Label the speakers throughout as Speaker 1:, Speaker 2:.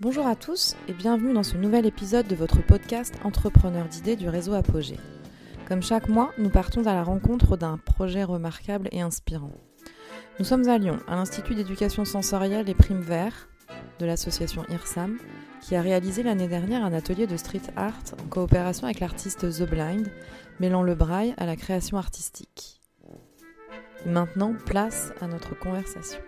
Speaker 1: Bonjour à tous et bienvenue dans ce nouvel épisode de votre podcast Entrepreneur d'idées du réseau Apogée. Comme chaque mois, nous partons à la rencontre d'un projet remarquable et inspirant. Nous sommes à Lyon, à l'Institut d'éducation sensorielle et prime vert de l'association IRSAM, qui a réalisé l'année dernière un atelier de street art en coopération avec l'artiste The Blind, mêlant le braille à la création artistique. Et maintenant, place à notre conversation.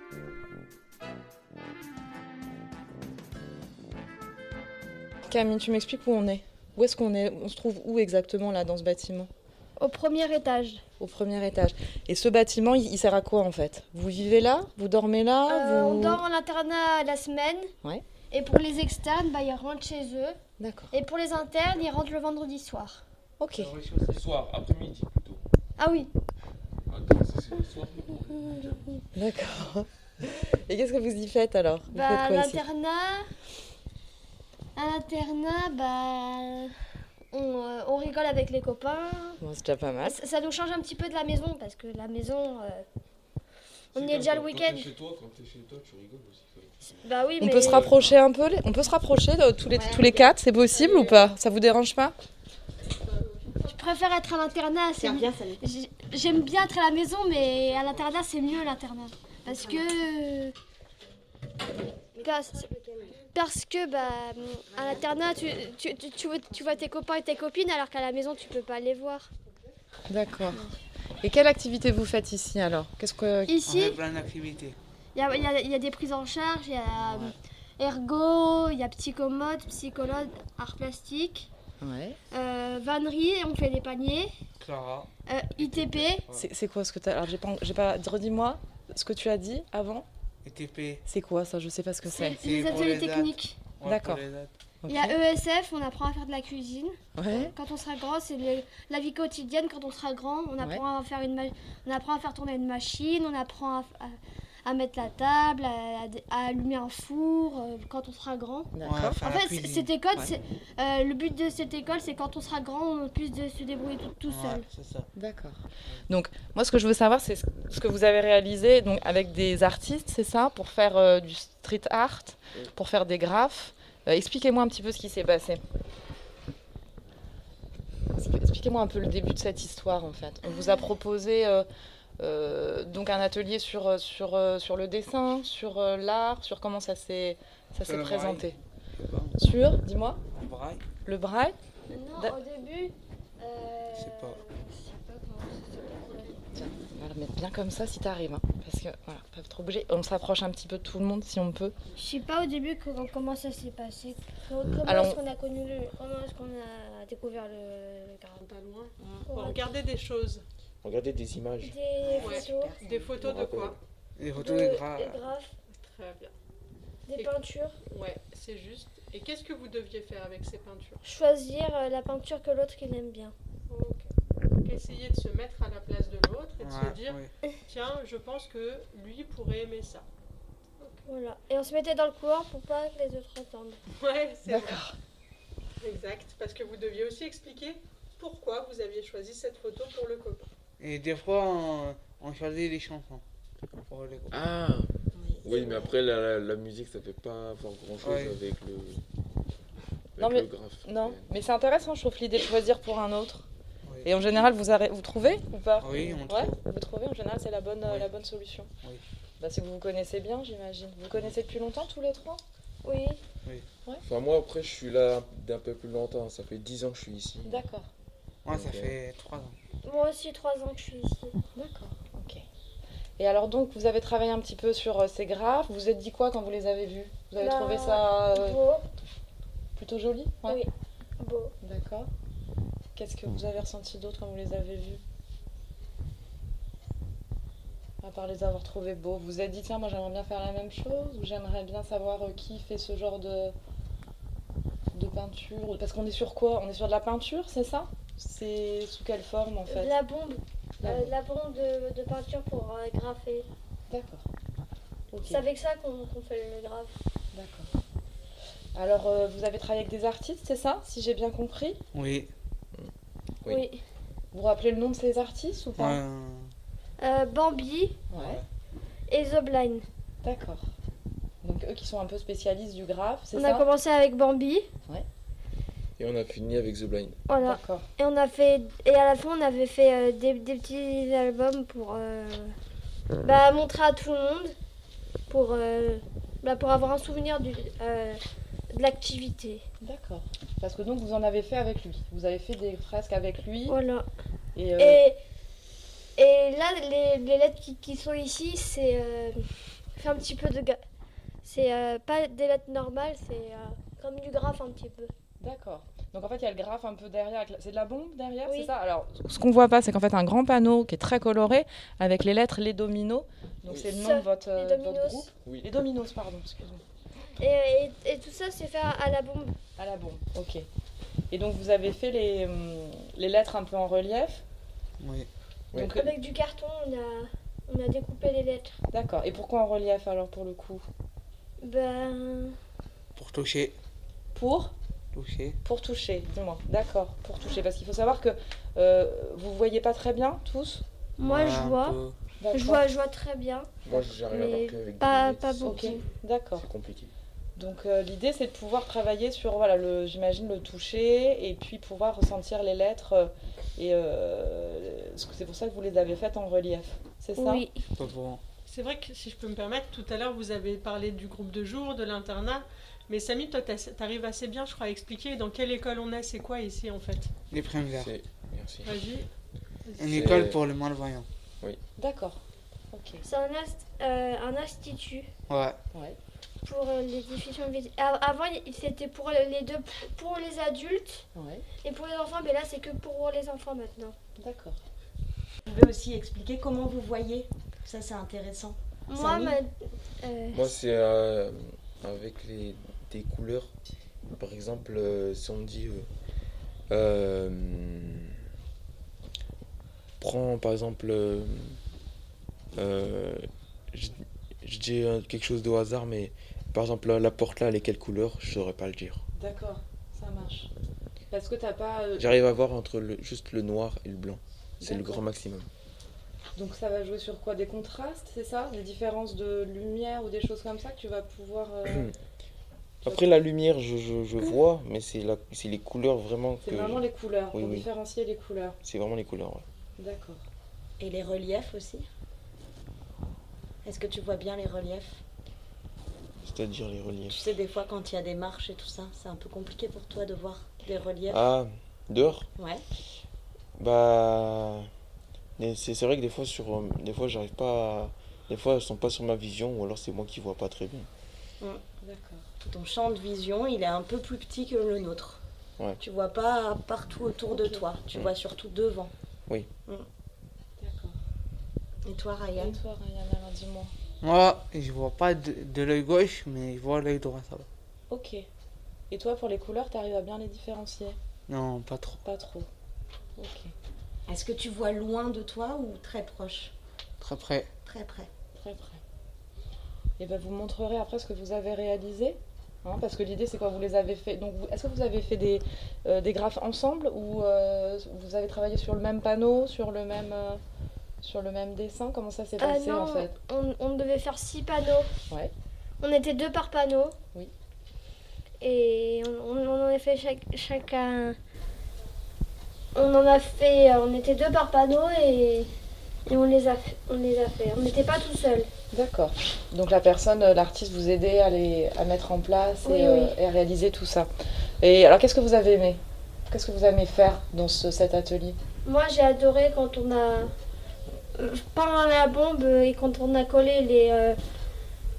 Speaker 1: Camille, tu m'expliques où on est Où est-ce qu'on est On se trouve où exactement là dans ce bâtiment
Speaker 2: Au premier étage.
Speaker 1: Au premier étage. Et ce bâtiment, il, il sert à quoi en fait Vous vivez là Vous dormez là
Speaker 2: Euh,
Speaker 1: Ah, vous-
Speaker 2: On dort en internat la semaine.
Speaker 1: Ouais.
Speaker 2: Et pour les externes, bah, ils rentrent chez eux.
Speaker 1: D'accord.
Speaker 2: Et pour les internes, ils rentrent le vendredi soir.
Speaker 1: Ok.
Speaker 3: Soir, après-midi plutôt.
Speaker 2: Ah oui.
Speaker 3: Attends, ça, c'est le soir plutôt.
Speaker 1: D'accord. Et qu'est-ce que vous y faites alors Vous
Speaker 2: Bah, à
Speaker 1: faites quoi ici
Speaker 2: l'internat, à l'internat, bah, on, euh, on rigole avec les copains.
Speaker 1: Bon, c'est déjà pas mal.
Speaker 2: Ça, ça nous change un petit peu de la maison parce que la maison, euh, on
Speaker 3: C'est
Speaker 2: y
Speaker 3: comme
Speaker 2: est déjà le
Speaker 3: quand-
Speaker 2: week-end.
Speaker 3: Quand t'es chez toi, quand t'es chez toi, tu rigoles aussi.
Speaker 2: Bah oui,
Speaker 1: On
Speaker 2: mais
Speaker 1: peut se rapprocher un peu les- On peut se rapprocher euh, tous les, tous les quatre C'est possible ou pas Ça vous dérange pas
Speaker 2: je préfère être à l'internat. c'est mieux. J'ai- J'aime bien être à la maison, mais à l'internat, c'est mieux l'internat. Parce que. Parce, parce que, bah, à l'internat, tu, tu, tu- tu vois, tu vois tes copains et tes copines, alors qu'à la maison, tu peux pas les voir.
Speaker 1: D'accord. Et quelle activité vous faites ici alors Qu'est-ce que
Speaker 2: Ici,
Speaker 4: On a plein d'activités.
Speaker 2: il y a, il y a- il y a des prises en charge, il y a euh, ergo, il y a psychomote, psychologue, art plastique,
Speaker 1: Ouais.
Speaker 2: euh, vannerie, on fait des paniers,
Speaker 4: Clara,
Speaker 2: euh, ITP,
Speaker 1: C'est c'est quoi ce que tu as Alors j'ai pas j'ai pas redis-moi ce que tu as dit avant.
Speaker 4: ETP.
Speaker 1: C'est quoi ça Je sais pas ce que c'est.
Speaker 2: c'est les
Speaker 4: pour
Speaker 2: ateliers
Speaker 4: les dates.
Speaker 2: techniques.
Speaker 4: on
Speaker 1: D'accord.
Speaker 4: prend les dates.
Speaker 2: Il y a ESF, on apprend à faire de la cuisine.
Speaker 1: Ouais.
Speaker 2: Quand on sera grand, c'est le- la vie quotidienne. Quand on sera grand, on apprend, à, faire une ma- on apprend à faire tourner une machine, on apprend à, à- à mettre la table, à, à- à allumer un four euh, quand on sera grand.
Speaker 4: On va
Speaker 1: D'accord.
Speaker 4: faire
Speaker 2: en
Speaker 4: la
Speaker 2: fait, c-
Speaker 4: cuisine.
Speaker 2: cette école,
Speaker 4: Ouais.
Speaker 2: c'est- euh, le but de cette école, c'est quand on sera grand, on puisse de- se débrouiller tout, tout seul.
Speaker 4: Ouais, c'est ça.
Speaker 1: D'accord. Donc, moi, ce que je veux savoir, c'est ce ce que vous avez réalisé donc, avec des artistes, c'est ça Pour faire euh, du street art, pour faire des graphes. Euh, Expliquez-moi un petit peu ce qui s'est passé. Expli- Expliquez-moi un peu le début de cette histoire, en fait. On vous a proposé euh, euh, donc un atelier sur, euh, sur, euh, sur le dessin, sur euh, l'art, sur comment ça s'est ça
Speaker 4: Sur
Speaker 1: s'est
Speaker 4: le braille.
Speaker 1: présenté.
Speaker 4: Je sais pas,
Speaker 1: Sur, dis-moi,
Speaker 4: on braille.
Speaker 1: le braille D'a-
Speaker 2: au début. euh,
Speaker 4: Je sais pas.
Speaker 1: On va le mettre bien comme ça si t'arrives, hein, parce que voilà, pas trop obligé. On s'approche un petit peu de tout le monde si on peut.
Speaker 2: Je sais pas au début comment, comment ça s'est passé. Comment
Speaker 1: Alors,
Speaker 2: est-ce qu'on a connu le, comment est-ce qu'on a découvert le, le graphe
Speaker 5: Pas loin.
Speaker 2: Ouais.
Speaker 5: On regardait des choses.
Speaker 6: Regardez des images.
Speaker 2: Des
Speaker 5: Ouais.
Speaker 2: photos,
Speaker 5: Des photos de quoi
Speaker 4: Les
Speaker 2: de-
Speaker 4: photos des
Speaker 2: des
Speaker 4: gras.
Speaker 2: graphes,
Speaker 5: Très bien.
Speaker 2: des
Speaker 5: Et-
Speaker 2: peintures.
Speaker 5: Ouais, c'est juste. Et qu'est-ce que vous deviez faire avec ces peintures
Speaker 2: Choisir euh, la peinture que l'autre il aime bien.
Speaker 5: Ok. Donc essayez de se mettre à la place de l'autre et de se
Speaker 4: Ouais,
Speaker 5: dire
Speaker 4: ouais.
Speaker 5: tiens, je pense que lui pourrait aimer ça.
Speaker 2: Voilà. Et on se mettait dans le couloir pour pas que les autres entendent.
Speaker 5: Ouais, c'est vrai.
Speaker 1: D'accord.
Speaker 5: Exact. Parce que vous deviez aussi expliquer pourquoi vous aviez choisi cette photo pour le copain.
Speaker 4: Et des fois, on, on choisit les chansons. Pour les groupes.
Speaker 6: Ah Oui, mais après, la, la- la musique, ça fait pas enfin, grand-chose
Speaker 4: Ouais.
Speaker 6: avec le, avec
Speaker 1: Non, mais-
Speaker 6: le graphe.
Speaker 1: Non,
Speaker 6: Mais-
Speaker 1: mais c'est intéressant, je trouve, l'idée de choisir pour un autre.
Speaker 4: Oui.
Speaker 1: Et en général, vous, arrê- vous trouvez ou pas
Speaker 4: Oui, on
Speaker 1: Ouais,
Speaker 4: trouve.
Speaker 1: Vous trouvez, en général, c'est la bonne, euh,
Speaker 4: Oui.
Speaker 1: la bonne solution.
Speaker 4: Oui.
Speaker 1: Bah, c'est que vous vous connaissez bien, j'imagine. Vous connaissez depuis longtemps tous les trois
Speaker 2: Oui.
Speaker 6: Enfin, moi, après, je suis là d'un peu plus longtemps. Ça fait 10 ans que je suis ici.
Speaker 1: D'accord.
Speaker 4: Moi, ça
Speaker 6: Ok.
Speaker 4: fait 3 ans.
Speaker 2: Moi aussi, trois ans que je suis ici.
Speaker 1: D'accord. Ok. Et alors, donc, vous avez travaillé un petit peu sur euh, ces graphes. Vous vous êtes dit quoi quand vous les avez vus Vous avez
Speaker 2: Bah,
Speaker 1: trouvé ça euh,
Speaker 2: Beau,
Speaker 1: plutôt joli
Speaker 2: Oui. beau.
Speaker 1: D'accord. Qu'est-ce que vous avez ressenti d'autre quand vous les avez vus À part les avoir trouvés beaux, vous vous êtes dit tiens moi j'aimerais bien faire la même chose ou j'aimerais bien savoir euh, qui fait ce genre de de peinture ou- parce qu'on est sur quoi On est sur de la peinture, c'est ça C'est sous quelle forme en fait
Speaker 2: De la bombe.
Speaker 1: La
Speaker 2: euh,
Speaker 1: bombe.
Speaker 2: de la bombe de, de peinture pour euh, graffer.
Speaker 1: D'accord. Ok.
Speaker 2: C'est avec ça qu'on qu'on fait le graphe.
Speaker 1: D'accord. Alors euh, vous avez travaillé avec des artistes, c'est ça Si j'ai bien compris.
Speaker 4: Oui.
Speaker 6: Oui.
Speaker 1: Vous vous rappelez le nom de ces artistes ou pas
Speaker 4: Euh,
Speaker 2: Euh, Bambi
Speaker 1: ouais.
Speaker 2: et The Blind.
Speaker 1: D'accord.
Speaker 7: Donc eux qui sont un peu spécialistes du graphe, c'est
Speaker 2: On
Speaker 7: ça
Speaker 2: a commencé avec Bambi.
Speaker 6: Et on a fini avec The Blind.
Speaker 2: Voilà.
Speaker 7: D'accord.
Speaker 2: Et on a fait et à la fin on avait fait euh, des, des petits albums pour euh, bah, montrer à tout le monde pour euh, bah, pour avoir un souvenir du, euh, de l'activité.
Speaker 7: D'accord. Parce que donc vous en avez fait avec lui. Vous avez fait des fresques avec lui.
Speaker 2: Voilà.
Speaker 7: Et, euh,
Speaker 2: Et et là les, les lettres qui, qui sont ici c'est euh, fait un petit peu de ga- c'est euh, pas des lettres normales c'est euh, comme du graphe un petit peu.
Speaker 7: D'accord. Donc en fait, il y a le graphe un peu derrière. avec la- C'est de la bombe derrière,
Speaker 2: Oui.
Speaker 7: c'est ça Alors, ce qu'on voit pas, c'est qu'en fait, un grand panneau qui est très coloré avec les lettres, les dominos. Donc
Speaker 6: Oui.
Speaker 7: c'est le
Speaker 2: Ce-
Speaker 7: nom de votre, euh,
Speaker 2: les
Speaker 7: de votre
Speaker 2: dominos.
Speaker 7: groupe.
Speaker 6: Oui.
Speaker 7: Les dominos, pardon, excusez-moi.
Speaker 2: Et, et, et tout ça c'est fait à la bombe.
Speaker 7: À la bombe, ok. Et donc vous avez fait les, hum, les lettres un peu en relief.
Speaker 4: Oui.
Speaker 6: Oui.
Speaker 7: Donc, euh,
Speaker 2: Avec du carton on a on a découpé les lettres.
Speaker 7: D'accord. Et pourquoi en relief alors pour le coup
Speaker 2: Ben,
Speaker 4: Pour toucher.
Speaker 7: Pour
Speaker 4: Toucher.
Speaker 7: Pour toucher, dis-moi. D'accord, pour toucher. Parce qu'il faut savoir que euh, vous voyez pas très bien tous.
Speaker 2: moi
Speaker 4: Voilà,
Speaker 2: je
Speaker 4: un
Speaker 2: vois.
Speaker 4: peu.
Speaker 7: D'accord.
Speaker 2: Je vois, je vois très bien.
Speaker 6: Moi, j'arrive à
Speaker 2: Mais
Speaker 6: voir qu'avec
Speaker 2: pas-
Speaker 6: des
Speaker 2: pas
Speaker 6: lunettes,
Speaker 2: beaucoup.
Speaker 7: Ok, d'accord.
Speaker 6: C'est compliqué.
Speaker 7: Donc euh, l'idée c'est de pouvoir travailler sur voilà le j'imagine le toucher et puis pouvoir ressentir les lettres euh, et euh, parce que c'est pour ça que vous les avez faites en relief, c'est ça
Speaker 2: Oui.
Speaker 4: Pas pour-
Speaker 5: C'est vrai que si je peux me permettre, tout à l'heure vous avez parlé du groupe de jour, de l'internat, mais Samy, toi t'as- t'arrives assez bien, je crois, à expliquer dans quelle école on est, c'est quoi ici en fait.
Speaker 4: Les primes verts.
Speaker 6: C'est... Merci.
Speaker 5: Vas-y.
Speaker 4: Une
Speaker 6: C'est-
Speaker 4: école pour les malvoyants.
Speaker 7: D'accord. Ok.
Speaker 2: C'est un, inst- euh, un institut
Speaker 4: Ouais.
Speaker 7: Ouais.
Speaker 2: pour euh, les diffusions visuelles. Avant, il- c'était pour les deux, pour les adultes
Speaker 7: Ouais.
Speaker 2: et pour les enfants, mais là, c'est que pour les enfants maintenant.
Speaker 7: D'accord.
Speaker 8: Vous pouvez aussi expliquer comment vous voyez. Ça, c'est intéressant.
Speaker 2: Moi,
Speaker 8: Samy
Speaker 2: ma- euh,
Speaker 6: Moi, c'est euh, avec les, des couleurs. Par exemple, euh, si on dit. euh, euh, prends par exemple. euh, euh, je, je dis euh, quelque chose de hasard, mais par exemple, la, la porte là, elle est quelle couleur Je saurais pas le dire.
Speaker 7: D'accord. Ça marche. Parce que t'as pas. euh,
Speaker 6: J'arrive à voir entre le, juste le noir et le blanc. C'est le
Speaker 7: D'accord.
Speaker 6: grand maximum.
Speaker 7: Donc ça va jouer sur quoi Des contrastes, c'est ça Des différences de lumière ou des choses comme ça que tu vas pouvoir. euh,
Speaker 6: Après, la lumière, je, je- je vois, mais c'est la- c'est les couleurs vraiment que.
Speaker 7: Mmh. C'est vraiment les couleurs
Speaker 6: Oui,
Speaker 7: pour
Speaker 6: oui.
Speaker 7: différencier les couleurs.
Speaker 6: C'est vraiment les couleurs. ouais.
Speaker 7: D'accord.
Speaker 8: Et les reliefs aussi. Est-ce que tu vois bien les reliefs
Speaker 6: C'est-à-dire les reliefs.
Speaker 8: Tu sais, des fois, quand il y a des marches et tout ça, c'est un peu compliqué pour toi de voir des reliefs.
Speaker 6: Ah, dehors
Speaker 8: Ouais.
Speaker 6: Bah. mais C'est c'est vrai que des fois, sur, euh, des fois, j'arrive pas à- Des fois, elles sont pas sur ma vision, ou alors c'est moi qui vois pas très bien.
Speaker 7: D'accord.
Speaker 8: Ton champ de vision, il est un peu plus petit que le nôtre.
Speaker 6: Ouais.
Speaker 8: Tu vois pas partout autour de toi. Tu
Speaker 6: Mm.
Speaker 8: vois surtout devant. Mm.
Speaker 7: D'accord.
Speaker 8: Et toi, Ryan
Speaker 7: Et toi, Ryan, alors dis-moi.
Speaker 4: Moi, je vois pas de, de l'œil gauche, mais je vois l'œil droit, ça va.
Speaker 7: Ok. Et toi, pour les couleurs, t'arrives à bien les différencier
Speaker 4: Non, pas trop.
Speaker 7: Pas trop. Ok.
Speaker 8: Est-ce que tu vois loin de toi ou très proche
Speaker 4: Très près.
Speaker 8: Très près.
Speaker 7: Très près. Et ben, vous montrerez après ce que vous avez réalisé. hein, parce que l'idée, c'est quoi Vous les avez fait. Donc, vous- est-ce que vous avez fait des, euh, des graphes ensemble ou euh, vous avez travaillé sur le même panneau, sur le même, euh, sur le même dessin Comment ça s'est
Speaker 2: ah
Speaker 7: passé
Speaker 2: non,
Speaker 7: en fait
Speaker 2: on, on devait faire six panneaux.
Speaker 7: Ouais.
Speaker 2: On était deux par panneau.
Speaker 7: Oui.
Speaker 2: Et on, on- on en a fait chaque- chacun. On en a fait, euh, on était deux par panneau et, et on les a, fait- on les a fait. On n'était pas tout seul.
Speaker 7: D'accord. Donc la personne, euh, l'artiste, vous aidait à, les, à mettre en place et,
Speaker 2: Oui,
Speaker 7: euh,
Speaker 2: oui.
Speaker 7: et à réaliser tout ça. Et alors, qu'est-ce que vous avez aimé Qu'est-ce que vous aimez faire dans ce- cet atelier
Speaker 2: Moi, j'ai adoré quand on a euh, peint la bombe et quand on a collé les, euh,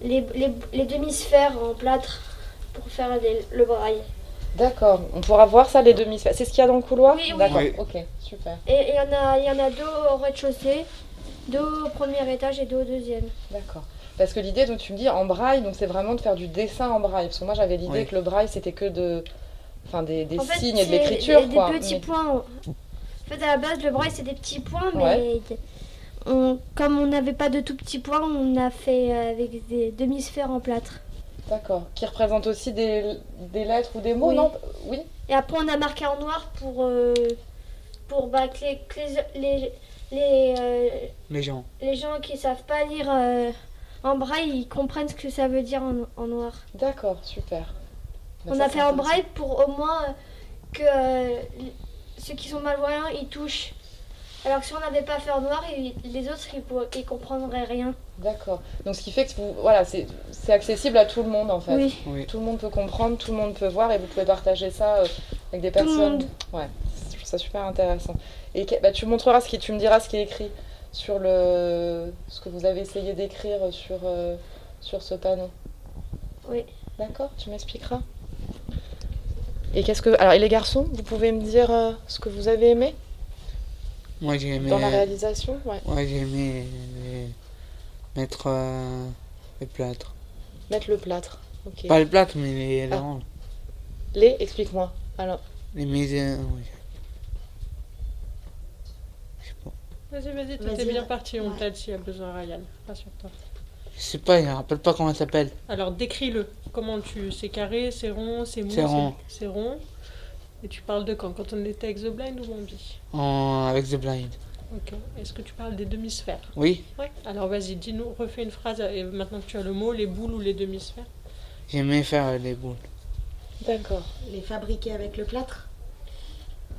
Speaker 2: les, les- les demi-sphères en plâtre pour faire les- le braille.
Speaker 7: D'accord. On pourra voir ça, les demi-sphères. C'est ce qu'il y a dans le couloir
Speaker 2: Oui, oui.
Speaker 7: D'accord.
Speaker 4: Oui.
Speaker 7: Ok, super.
Speaker 2: Et il y, en a- il y en a deux au rez-de-chaussée, deux au premier étage et deux au deuxième.
Speaker 7: D'accord. Parce que l'idée, donc tu me dis en braille, donc c'est vraiment de faire du dessin en braille. Parce que moi j'avais l'idée
Speaker 4: Oui.
Speaker 7: que le braille c'était que de, enfin des, des
Speaker 2: en fait,
Speaker 7: signes et de
Speaker 2: c'est
Speaker 7: l'écriture,
Speaker 2: des- des,
Speaker 7: quoi.
Speaker 2: petits
Speaker 7: Mais-
Speaker 2: points. En fait, à la base, le braille, c'est des petits points, mais
Speaker 7: Ouais.
Speaker 2: on- comme on n'avait pas de tout petits points, on a fait euh, avec des demi-sphères en plâtre.
Speaker 7: D'accord. Qui représentent aussi des, des lettres ou des mots,
Speaker 2: Oui.
Speaker 7: non Oui.
Speaker 2: Et après, on a marqué en noir pour, euh, pour bah, que les, que les, les, les, euh,
Speaker 4: Les gens.
Speaker 2: les gens qui savent pas lire euh, en braille, ils comprennent ce que ça veut dire en, en noir.
Speaker 7: D'accord, super. Bah,
Speaker 2: On a
Speaker 7: ça, c'est
Speaker 2: fait en
Speaker 7: intéressant.
Speaker 2: braille pour au moins euh, que euh, ceux qui sont malvoyants, ils touchent. Alors que si on n'avait pas fait en noir, ils- les autres, ils, pour- ils comprendraient rien.
Speaker 7: D'accord. Donc ce qui fait que vous, voilà, c'est c'est accessible à tout le monde en fait.
Speaker 2: Oui.
Speaker 4: Oui.
Speaker 7: Tout le monde peut comprendre, tout le monde peut voir et vous pouvez partager ça euh, avec des
Speaker 2: Tout le
Speaker 7: personnes.
Speaker 2: monde.
Speaker 7: Ouais, je trouve ça super intéressant. Et que- bah, tu montreras ce qui, tu me diras ce qui est écrit sur le, ce que vous avez essayé d'écrire sur euh, sur ce panneau.
Speaker 2: Oui.
Speaker 7: D'accord. Tu m'expliqueras. Et qu'est-ce que, alors et les garçons, vous pouvez me dire euh, ce que vous avez aimé
Speaker 4: Moi j'ai aimé.
Speaker 7: dans la réalisation ouais.
Speaker 4: Moi j'ai aimé les- mettre euh, les plâtres.
Speaker 7: Mettre le plâtre. Ok.
Speaker 4: Pas les plâtres, mais les
Speaker 7: Ah.
Speaker 4: larmes.
Speaker 7: Les, explique-moi. Alors.
Speaker 4: Les maisons. oui. Je sais pas.
Speaker 5: Vas-y, vas-y,
Speaker 8: Vas-y,
Speaker 5: t'étais bien
Speaker 8: ouais.
Speaker 5: parti, on
Speaker 8: Ouais.
Speaker 5: t'aide s'il y a besoin, Ryan. Rassure-toi.
Speaker 4: Je sais pas, je me rappelle pas comment ça s'appelle.
Speaker 5: Alors, décris-le. Comment tu. C'est carré, c'est rond, c'est mou,
Speaker 4: C'est rond.
Speaker 5: c'est rond. Et tu parles de quand Quand on était avec The Blind ou Bambi
Speaker 4: En... Avec The Blind.
Speaker 5: Ok. Est-ce que tu parles des demi-sphères
Speaker 4: Oui,
Speaker 5: Ouais. Alors, vas-y, dis-nous, refais une phrase. Et maintenant que tu as le mot, les boules ou les demi-sphères
Speaker 4: j'aimais faire euh, les boules.
Speaker 7: D'accord.
Speaker 8: Les fabriquer avec le plâtre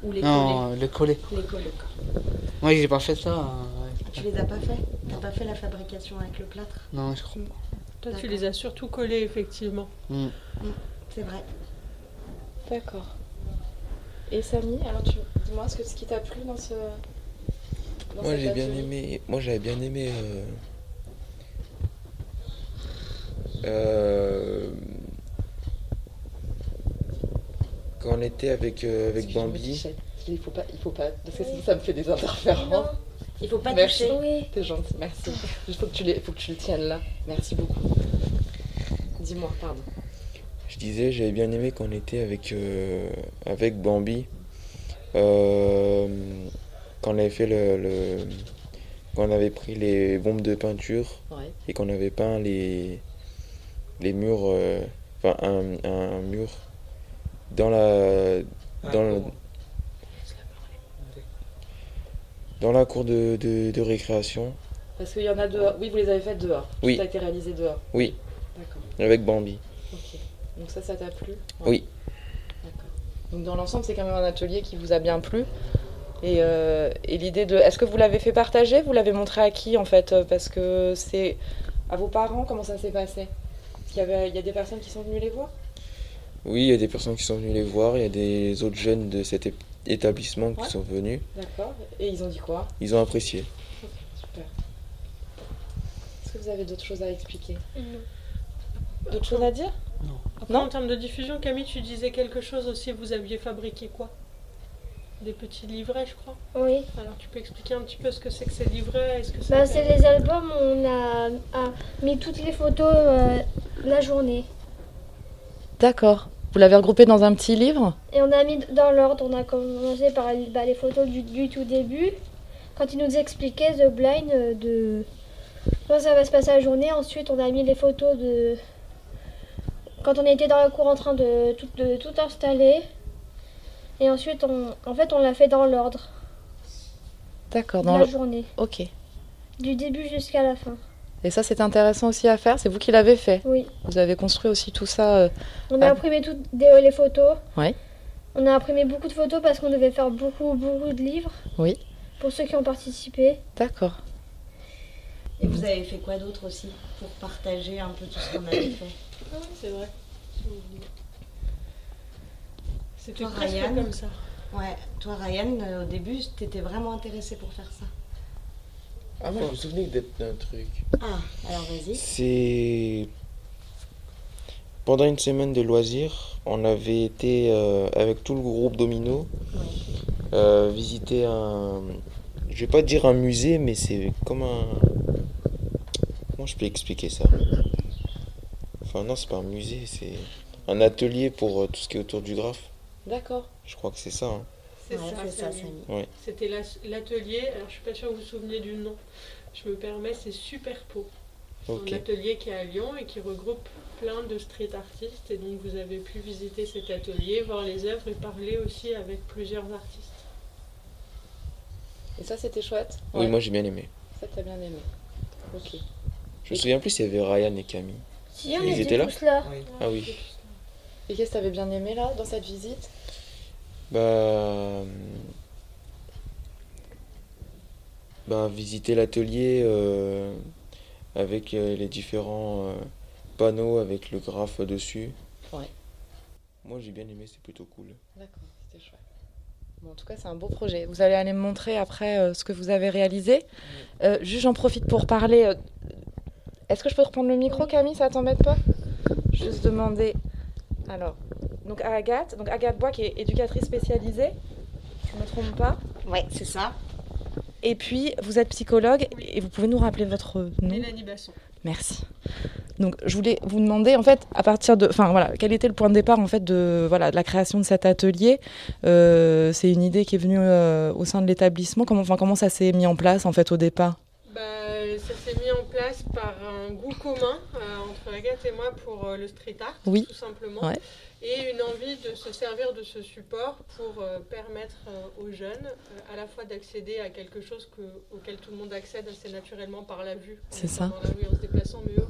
Speaker 8: Ou les coller
Speaker 4: Non, euh, le coller.
Speaker 8: Les coller, quoi.
Speaker 4: Moi j'ai pas fait ça. euh, avec
Speaker 8: Ah,
Speaker 4: le
Speaker 8: Tu
Speaker 4: plâtre.
Speaker 8: les as pas fait T'as pas fait la fabrication avec le plâtre
Speaker 4: Non, je crois pas.
Speaker 5: Toi, tu
Speaker 8: D'accord.
Speaker 5: les as surtout collées, effectivement.
Speaker 8: C'est vrai.
Speaker 7: D'accord. Et Samy, alors tu dis-moi ce, que- ce qui t'a plu dans ce. dans
Speaker 6: Moi
Speaker 7: cette
Speaker 6: j'ai bien
Speaker 7: atelier.
Speaker 6: aimé. Moi j'avais bien aimé. euh, euh, Quand on était avec, euh, avec
Speaker 7: Excuse-moi,
Speaker 6: Bambi.
Speaker 7: Michel, Il faut pas, il faut pas, parce que sinon ça me fait des interférences.
Speaker 8: Il faut pas
Speaker 7: Merci.
Speaker 8: toucher.
Speaker 2: Oui.
Speaker 7: T'es gentil, merci. Il faut que tu, les, faut que tu le tiennes là. Merci beaucoup. Dis-moi, pardon.
Speaker 6: Je disais, j'avais bien aimé qu'on était avec, euh, avec Bambi. Euh, quand on avait fait le, le- Quand on avait pris les bombes de peinture
Speaker 7: Ouais.
Speaker 6: et qu'on avait peint les. Les murs. euh, Enfin, un, un mur. Dans la. Dans, le- dans la cour de, de- de récréation.
Speaker 7: Parce qu'il y en a dehors. Oui, vous les avez faites dehors.
Speaker 6: Oui.
Speaker 7: Ça a été réalisé dehors.
Speaker 6: Oui,
Speaker 7: D'accord.
Speaker 6: avec Bambi.
Speaker 7: Ok. Donc ça, ça t'a plu
Speaker 6: Oui.
Speaker 7: D'accord. Donc dans l'ensemble, c'est quand même un atelier qui vous a bien plu. Et, euh, et l'idée de... Est-ce que vous l'avez fait partager Vous l'avez montré à qui en fait Euh, Parce que c'est... À vos parents, comment ça s'est passé Parce qu'il y, avait, il y a des personnes qui sont venues les voir
Speaker 6: Oui, il y a des personnes qui sont venues les voir, il y a des autres jeunes de cet é- établissement qui
Speaker 7: Ouais.
Speaker 6: sont venus.
Speaker 7: D'accord. Et ils ont dit quoi
Speaker 6: Ils ont apprécié.
Speaker 7: Super. Est-ce que vous avez d'autres choses à expliquer D'autres choses à dire
Speaker 5: Après,
Speaker 7: Non.
Speaker 5: en termes de diffusion, Camille, tu disais quelque chose aussi. Vous aviez fabriqué quoi Des petits livrets, je crois.
Speaker 2: Oui.
Speaker 5: Alors, tu peux expliquer un petit peu ce que c'est que ces livrets Est-ce que ça
Speaker 2: Bah,
Speaker 5: fait-
Speaker 2: c'est les albums, on a, a mis toutes les photos euh, de la journée.
Speaker 7: D'accord. Vous l'avez regroupé dans un petit livre
Speaker 2: Et on a mis dans l'ordre, on a commencé par bah, les photos du, du tout début. Quand il nous expliquait The Blind euh, de comment ça va se passer la journée. Ensuite, on a mis les photos de quand on était dans la cour en train de tout, de tout installer. Et ensuite, on, en fait, on l'a fait dans l'ordre
Speaker 7: D'accord.
Speaker 2: de la journée,
Speaker 7: Ok.
Speaker 2: du début jusqu'à la fin.
Speaker 7: Et ça, c'est intéressant aussi à faire. C'est vous qui l'avez fait.
Speaker 2: Oui.
Speaker 7: Vous avez construit aussi tout ça. euh,
Speaker 2: On a
Speaker 7: Ah.
Speaker 2: imprimé toutes des- euh, les photos.
Speaker 7: Ouais.
Speaker 2: On a imprimé beaucoup de photos parce qu'on devait faire beaucoup, beaucoup de livres.
Speaker 7: Oui.
Speaker 2: Pour ceux qui ont participé.
Speaker 7: D'accord.
Speaker 8: Et vous avez fait quoi d'autre aussi pour partager un peu tout ce qu'on avait fait
Speaker 5: Ah oui, c'est vrai. C'était
Speaker 8: Toi,
Speaker 5: presque
Speaker 8: Ryan
Speaker 5: comme ça.
Speaker 8: Ouais, toi Ryan, euh, au début, t'étais vraiment intéressé pour faire ça.
Speaker 6: Ah, moi je me souvenais d'être d'un truc.
Speaker 8: Ah, alors vas-y.
Speaker 6: C'est. Pendant une semaine de loisirs, on avait été euh, avec tout le groupe Domino euh, visiter un. Je vais pas dire un musée, mais c'est comme un. Comment je peux expliquer ça Enfin, non, c'est pas un musée, c'est un atelier pour euh, tout ce qui est autour du graphe.
Speaker 7: D'accord.
Speaker 6: Je crois que c'est ça. hein.
Speaker 5: C'est
Speaker 8: Ouais,
Speaker 5: ça,
Speaker 8: c'est ça,
Speaker 5: Samy.
Speaker 8: Samy.
Speaker 5: C'était la- l'atelier. Alors, je suis pas sûre que vous vous souveniez du nom. Je me permets, c'est Superpo.
Speaker 6: Ok.
Speaker 5: Un atelier qui est à Lyon et qui regroupe plein de street artistes. Et donc, vous avez pu visiter cet atelier, voir les œuvres et parler aussi avec plusieurs artistes.
Speaker 7: Et ça, c'était chouette
Speaker 6: Oui, moi j'ai bien aimé.
Speaker 7: Ça, t'as bien aimé. Ok.
Speaker 6: Je me souviens plus s'il y avait Ryan et Camille.
Speaker 2: Si, on
Speaker 6: Ils
Speaker 2: était,
Speaker 6: étaient là
Speaker 2: tous là.
Speaker 4: Oui.
Speaker 6: Ah oui.
Speaker 1: Et qu'est-ce que t'avais bien aimé là, dans cette visite
Speaker 6: Bah. Bah, visiter l'atelier euh, avec euh, les différents euh, panneaux avec le graphe dessus.
Speaker 1: Ouais.
Speaker 6: Moi j'ai bien aimé, c'est plutôt cool.
Speaker 1: D'accord, c'était chouette. Bon, en tout cas, c'est un beau projet. Vous allez aller me montrer après euh, ce que vous avez réalisé. Euh, juste, j'en profite pour parler. euh, Est-ce que je peux reprendre le micro, Camille Ça t'embête pas Juste demander. Alors, donc à Agathe, donc Agathe Bois qui est éducatrice spécialisée, je ne me trompe pas.
Speaker 9: Ouais, c'est ça.
Speaker 1: Et puis, vous êtes psychologue et vous pouvez nous rappeler votre nom
Speaker 5: Mélanie Basson.
Speaker 1: Merci. Donc, je voulais vous demander, en fait, à partir de, enfin voilà, quel était le point de départ en fait de voilà de la création de cet atelier Euh, C'est une idée qui est venue euh, au sein de l'établissement. Comment, enfin comment ça s'est mis en place en fait au départ
Speaker 5: Bah, ça s'est mis en place par un goût commun euh, entre Agathe et moi pour euh, le street art,
Speaker 1: Oui.
Speaker 5: tout simplement,
Speaker 1: Ouais.
Speaker 5: et une envie de se servir de ce support pour euh, permettre euh, aux jeunes euh, à la fois d'accéder à quelque chose que- auquel tout le monde accède assez naturellement par la vue, en
Speaker 1: C'est
Speaker 5: étant
Speaker 1: ça.
Speaker 5: dans la rue, en se déplaçant, mais eux,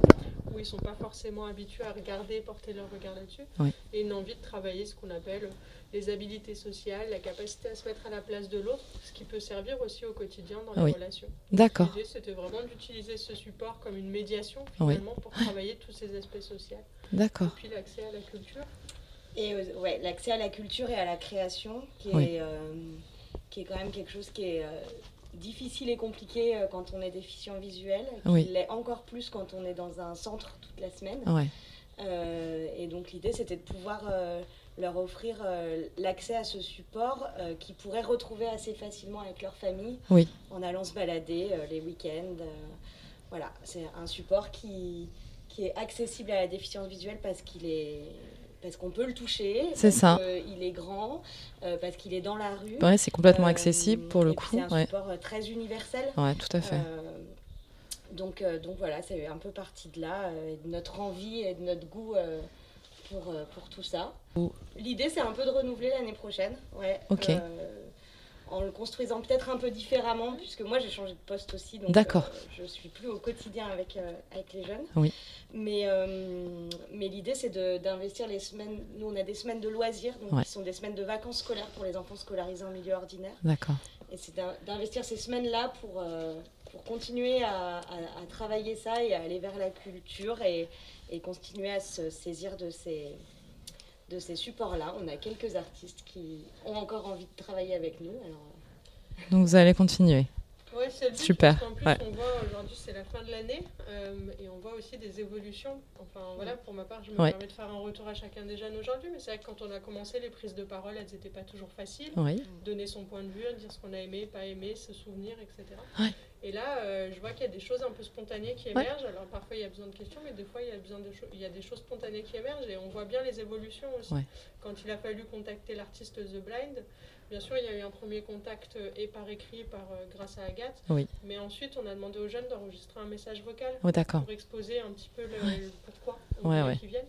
Speaker 5: où ils ne sont pas forcément habitués à regarder, porter leur regard là-dessus,
Speaker 1: Ouais.
Speaker 5: et une envie de travailler ce qu'on appelle les habilités sociales, la capacité à se mettre à la place de l'autre, ce qui peut servir aussi au quotidien dans
Speaker 1: Oui.
Speaker 5: les relations.
Speaker 1: D'accord.
Speaker 5: L'idée, c'était vraiment d'utiliser ce support comme une médiation,
Speaker 1: Oui. Oh.
Speaker 5: finalement, pour travailler tous ces aspects sociaux.
Speaker 1: D'accord.
Speaker 5: Puis l'accès à la culture.
Speaker 8: Et euh, ouais, l'accès à la culture et à la création, qui est,
Speaker 1: Oui.
Speaker 8: euh, qui est quand même quelque chose qui est euh, difficile et compliqué euh, quand on est déficient visuel, qui
Speaker 1: Oui.
Speaker 8: l'est encore plus quand on est dans un centre toute la semaine.
Speaker 1: Ouais.
Speaker 8: Euh, et donc l'idée, c'était de pouvoir euh, leur offrir euh, l'accès à ce support euh, qu'ils pourraient retrouver assez facilement avec leur famille
Speaker 1: Oui.
Speaker 8: en allant se balader euh, les week-ends. euh, voilà, c'est un support qui, qui est accessible à la déficience visuelle parce qu'il est parce qu'on peut le toucher,
Speaker 1: C'est
Speaker 8: parce
Speaker 1: ça.
Speaker 8: que il est grand, euh, parce qu'il est dans la rue.
Speaker 1: Ouais, c'est complètement
Speaker 8: Euh,
Speaker 1: accessible pour le
Speaker 8: et puis
Speaker 1: coup.
Speaker 8: C'est un
Speaker 1: Ouais.
Speaker 8: support euh, très universel.
Speaker 1: Ouais, tout à fait.
Speaker 8: Euh, donc, euh, donc voilà, c'est un peu parti de là, euh, et de notre envie et de notre goût euh, pour, euh, pour tout ça.
Speaker 1: Ou-
Speaker 8: L'idée, c'est un peu de renouveler l'année prochaine. Ouais,
Speaker 1: Ok.
Speaker 8: Euh, en le construisant peut-être un peu différemment, puisque moi j'ai changé de poste aussi, donc
Speaker 1: D'accord.
Speaker 8: euh, je suis plus au quotidien avec, euh, avec les jeunes.
Speaker 1: Oui.
Speaker 8: Mais, euh, mais l'idée c'est de- d'investir les semaines, nous on a des semaines de loisirs, donc
Speaker 1: Ouais.
Speaker 8: qui sont des semaines de vacances scolaires pour les enfants scolarisés en milieu ordinaire.
Speaker 1: D'accord.
Speaker 8: Et c'est d'in- d'investir ces semaines-là pour, euh, pour continuer à, à- à travailler ça et à aller vers la culture et, et continuer à se saisir de ces, de ces supports-là. On a quelques artistes qui ont encore envie de travailler avec nous. Alors, euh,
Speaker 1: Donc vous allez continuer.
Speaker 5: Ouais, c'est le but,
Speaker 1: Super,
Speaker 5: parce qu'en plus,
Speaker 1: ouais.
Speaker 5: on voit aujourd'hui, c'est la fin de l'année, euh, et on voit aussi des évolutions. Enfin, voilà, pour ma part, je me
Speaker 1: Ouais.
Speaker 5: permets de faire un retour à chacun des jeunes aujourd'hui, mais c'est vrai que quand on a commencé, les prises de parole, elles n'étaient pas toujours faciles.
Speaker 1: Oui.
Speaker 5: donner son point de vue, dire ce qu'on a aimé, pas aimé, se souvenir, etc.
Speaker 1: Ouais.
Speaker 5: Et là, euh, je vois qu'il y a des choses un peu spontanées qui
Speaker 1: Ouais.
Speaker 5: émergent. Alors parfois il y a besoin de questions, mais des fois il y a besoin de cho- il y a des choses spontanées qui émergent et on voit bien les évolutions aussi.
Speaker 1: Ouais.
Speaker 5: Quand il a fallu contacter l'artiste The Blind, bien sûr il y a eu un premier contact euh, et par écrit, par euh, grâce à Agathe.
Speaker 1: Oui.
Speaker 5: Mais ensuite on a demandé aux jeunes d'enregistrer un message vocal
Speaker 1: Oh, d'accord.
Speaker 5: pour exposer un petit peu le, le pourquoi on
Speaker 1: Ouais,
Speaker 5: voulait
Speaker 1: ouais.
Speaker 5: qu'ils viennent.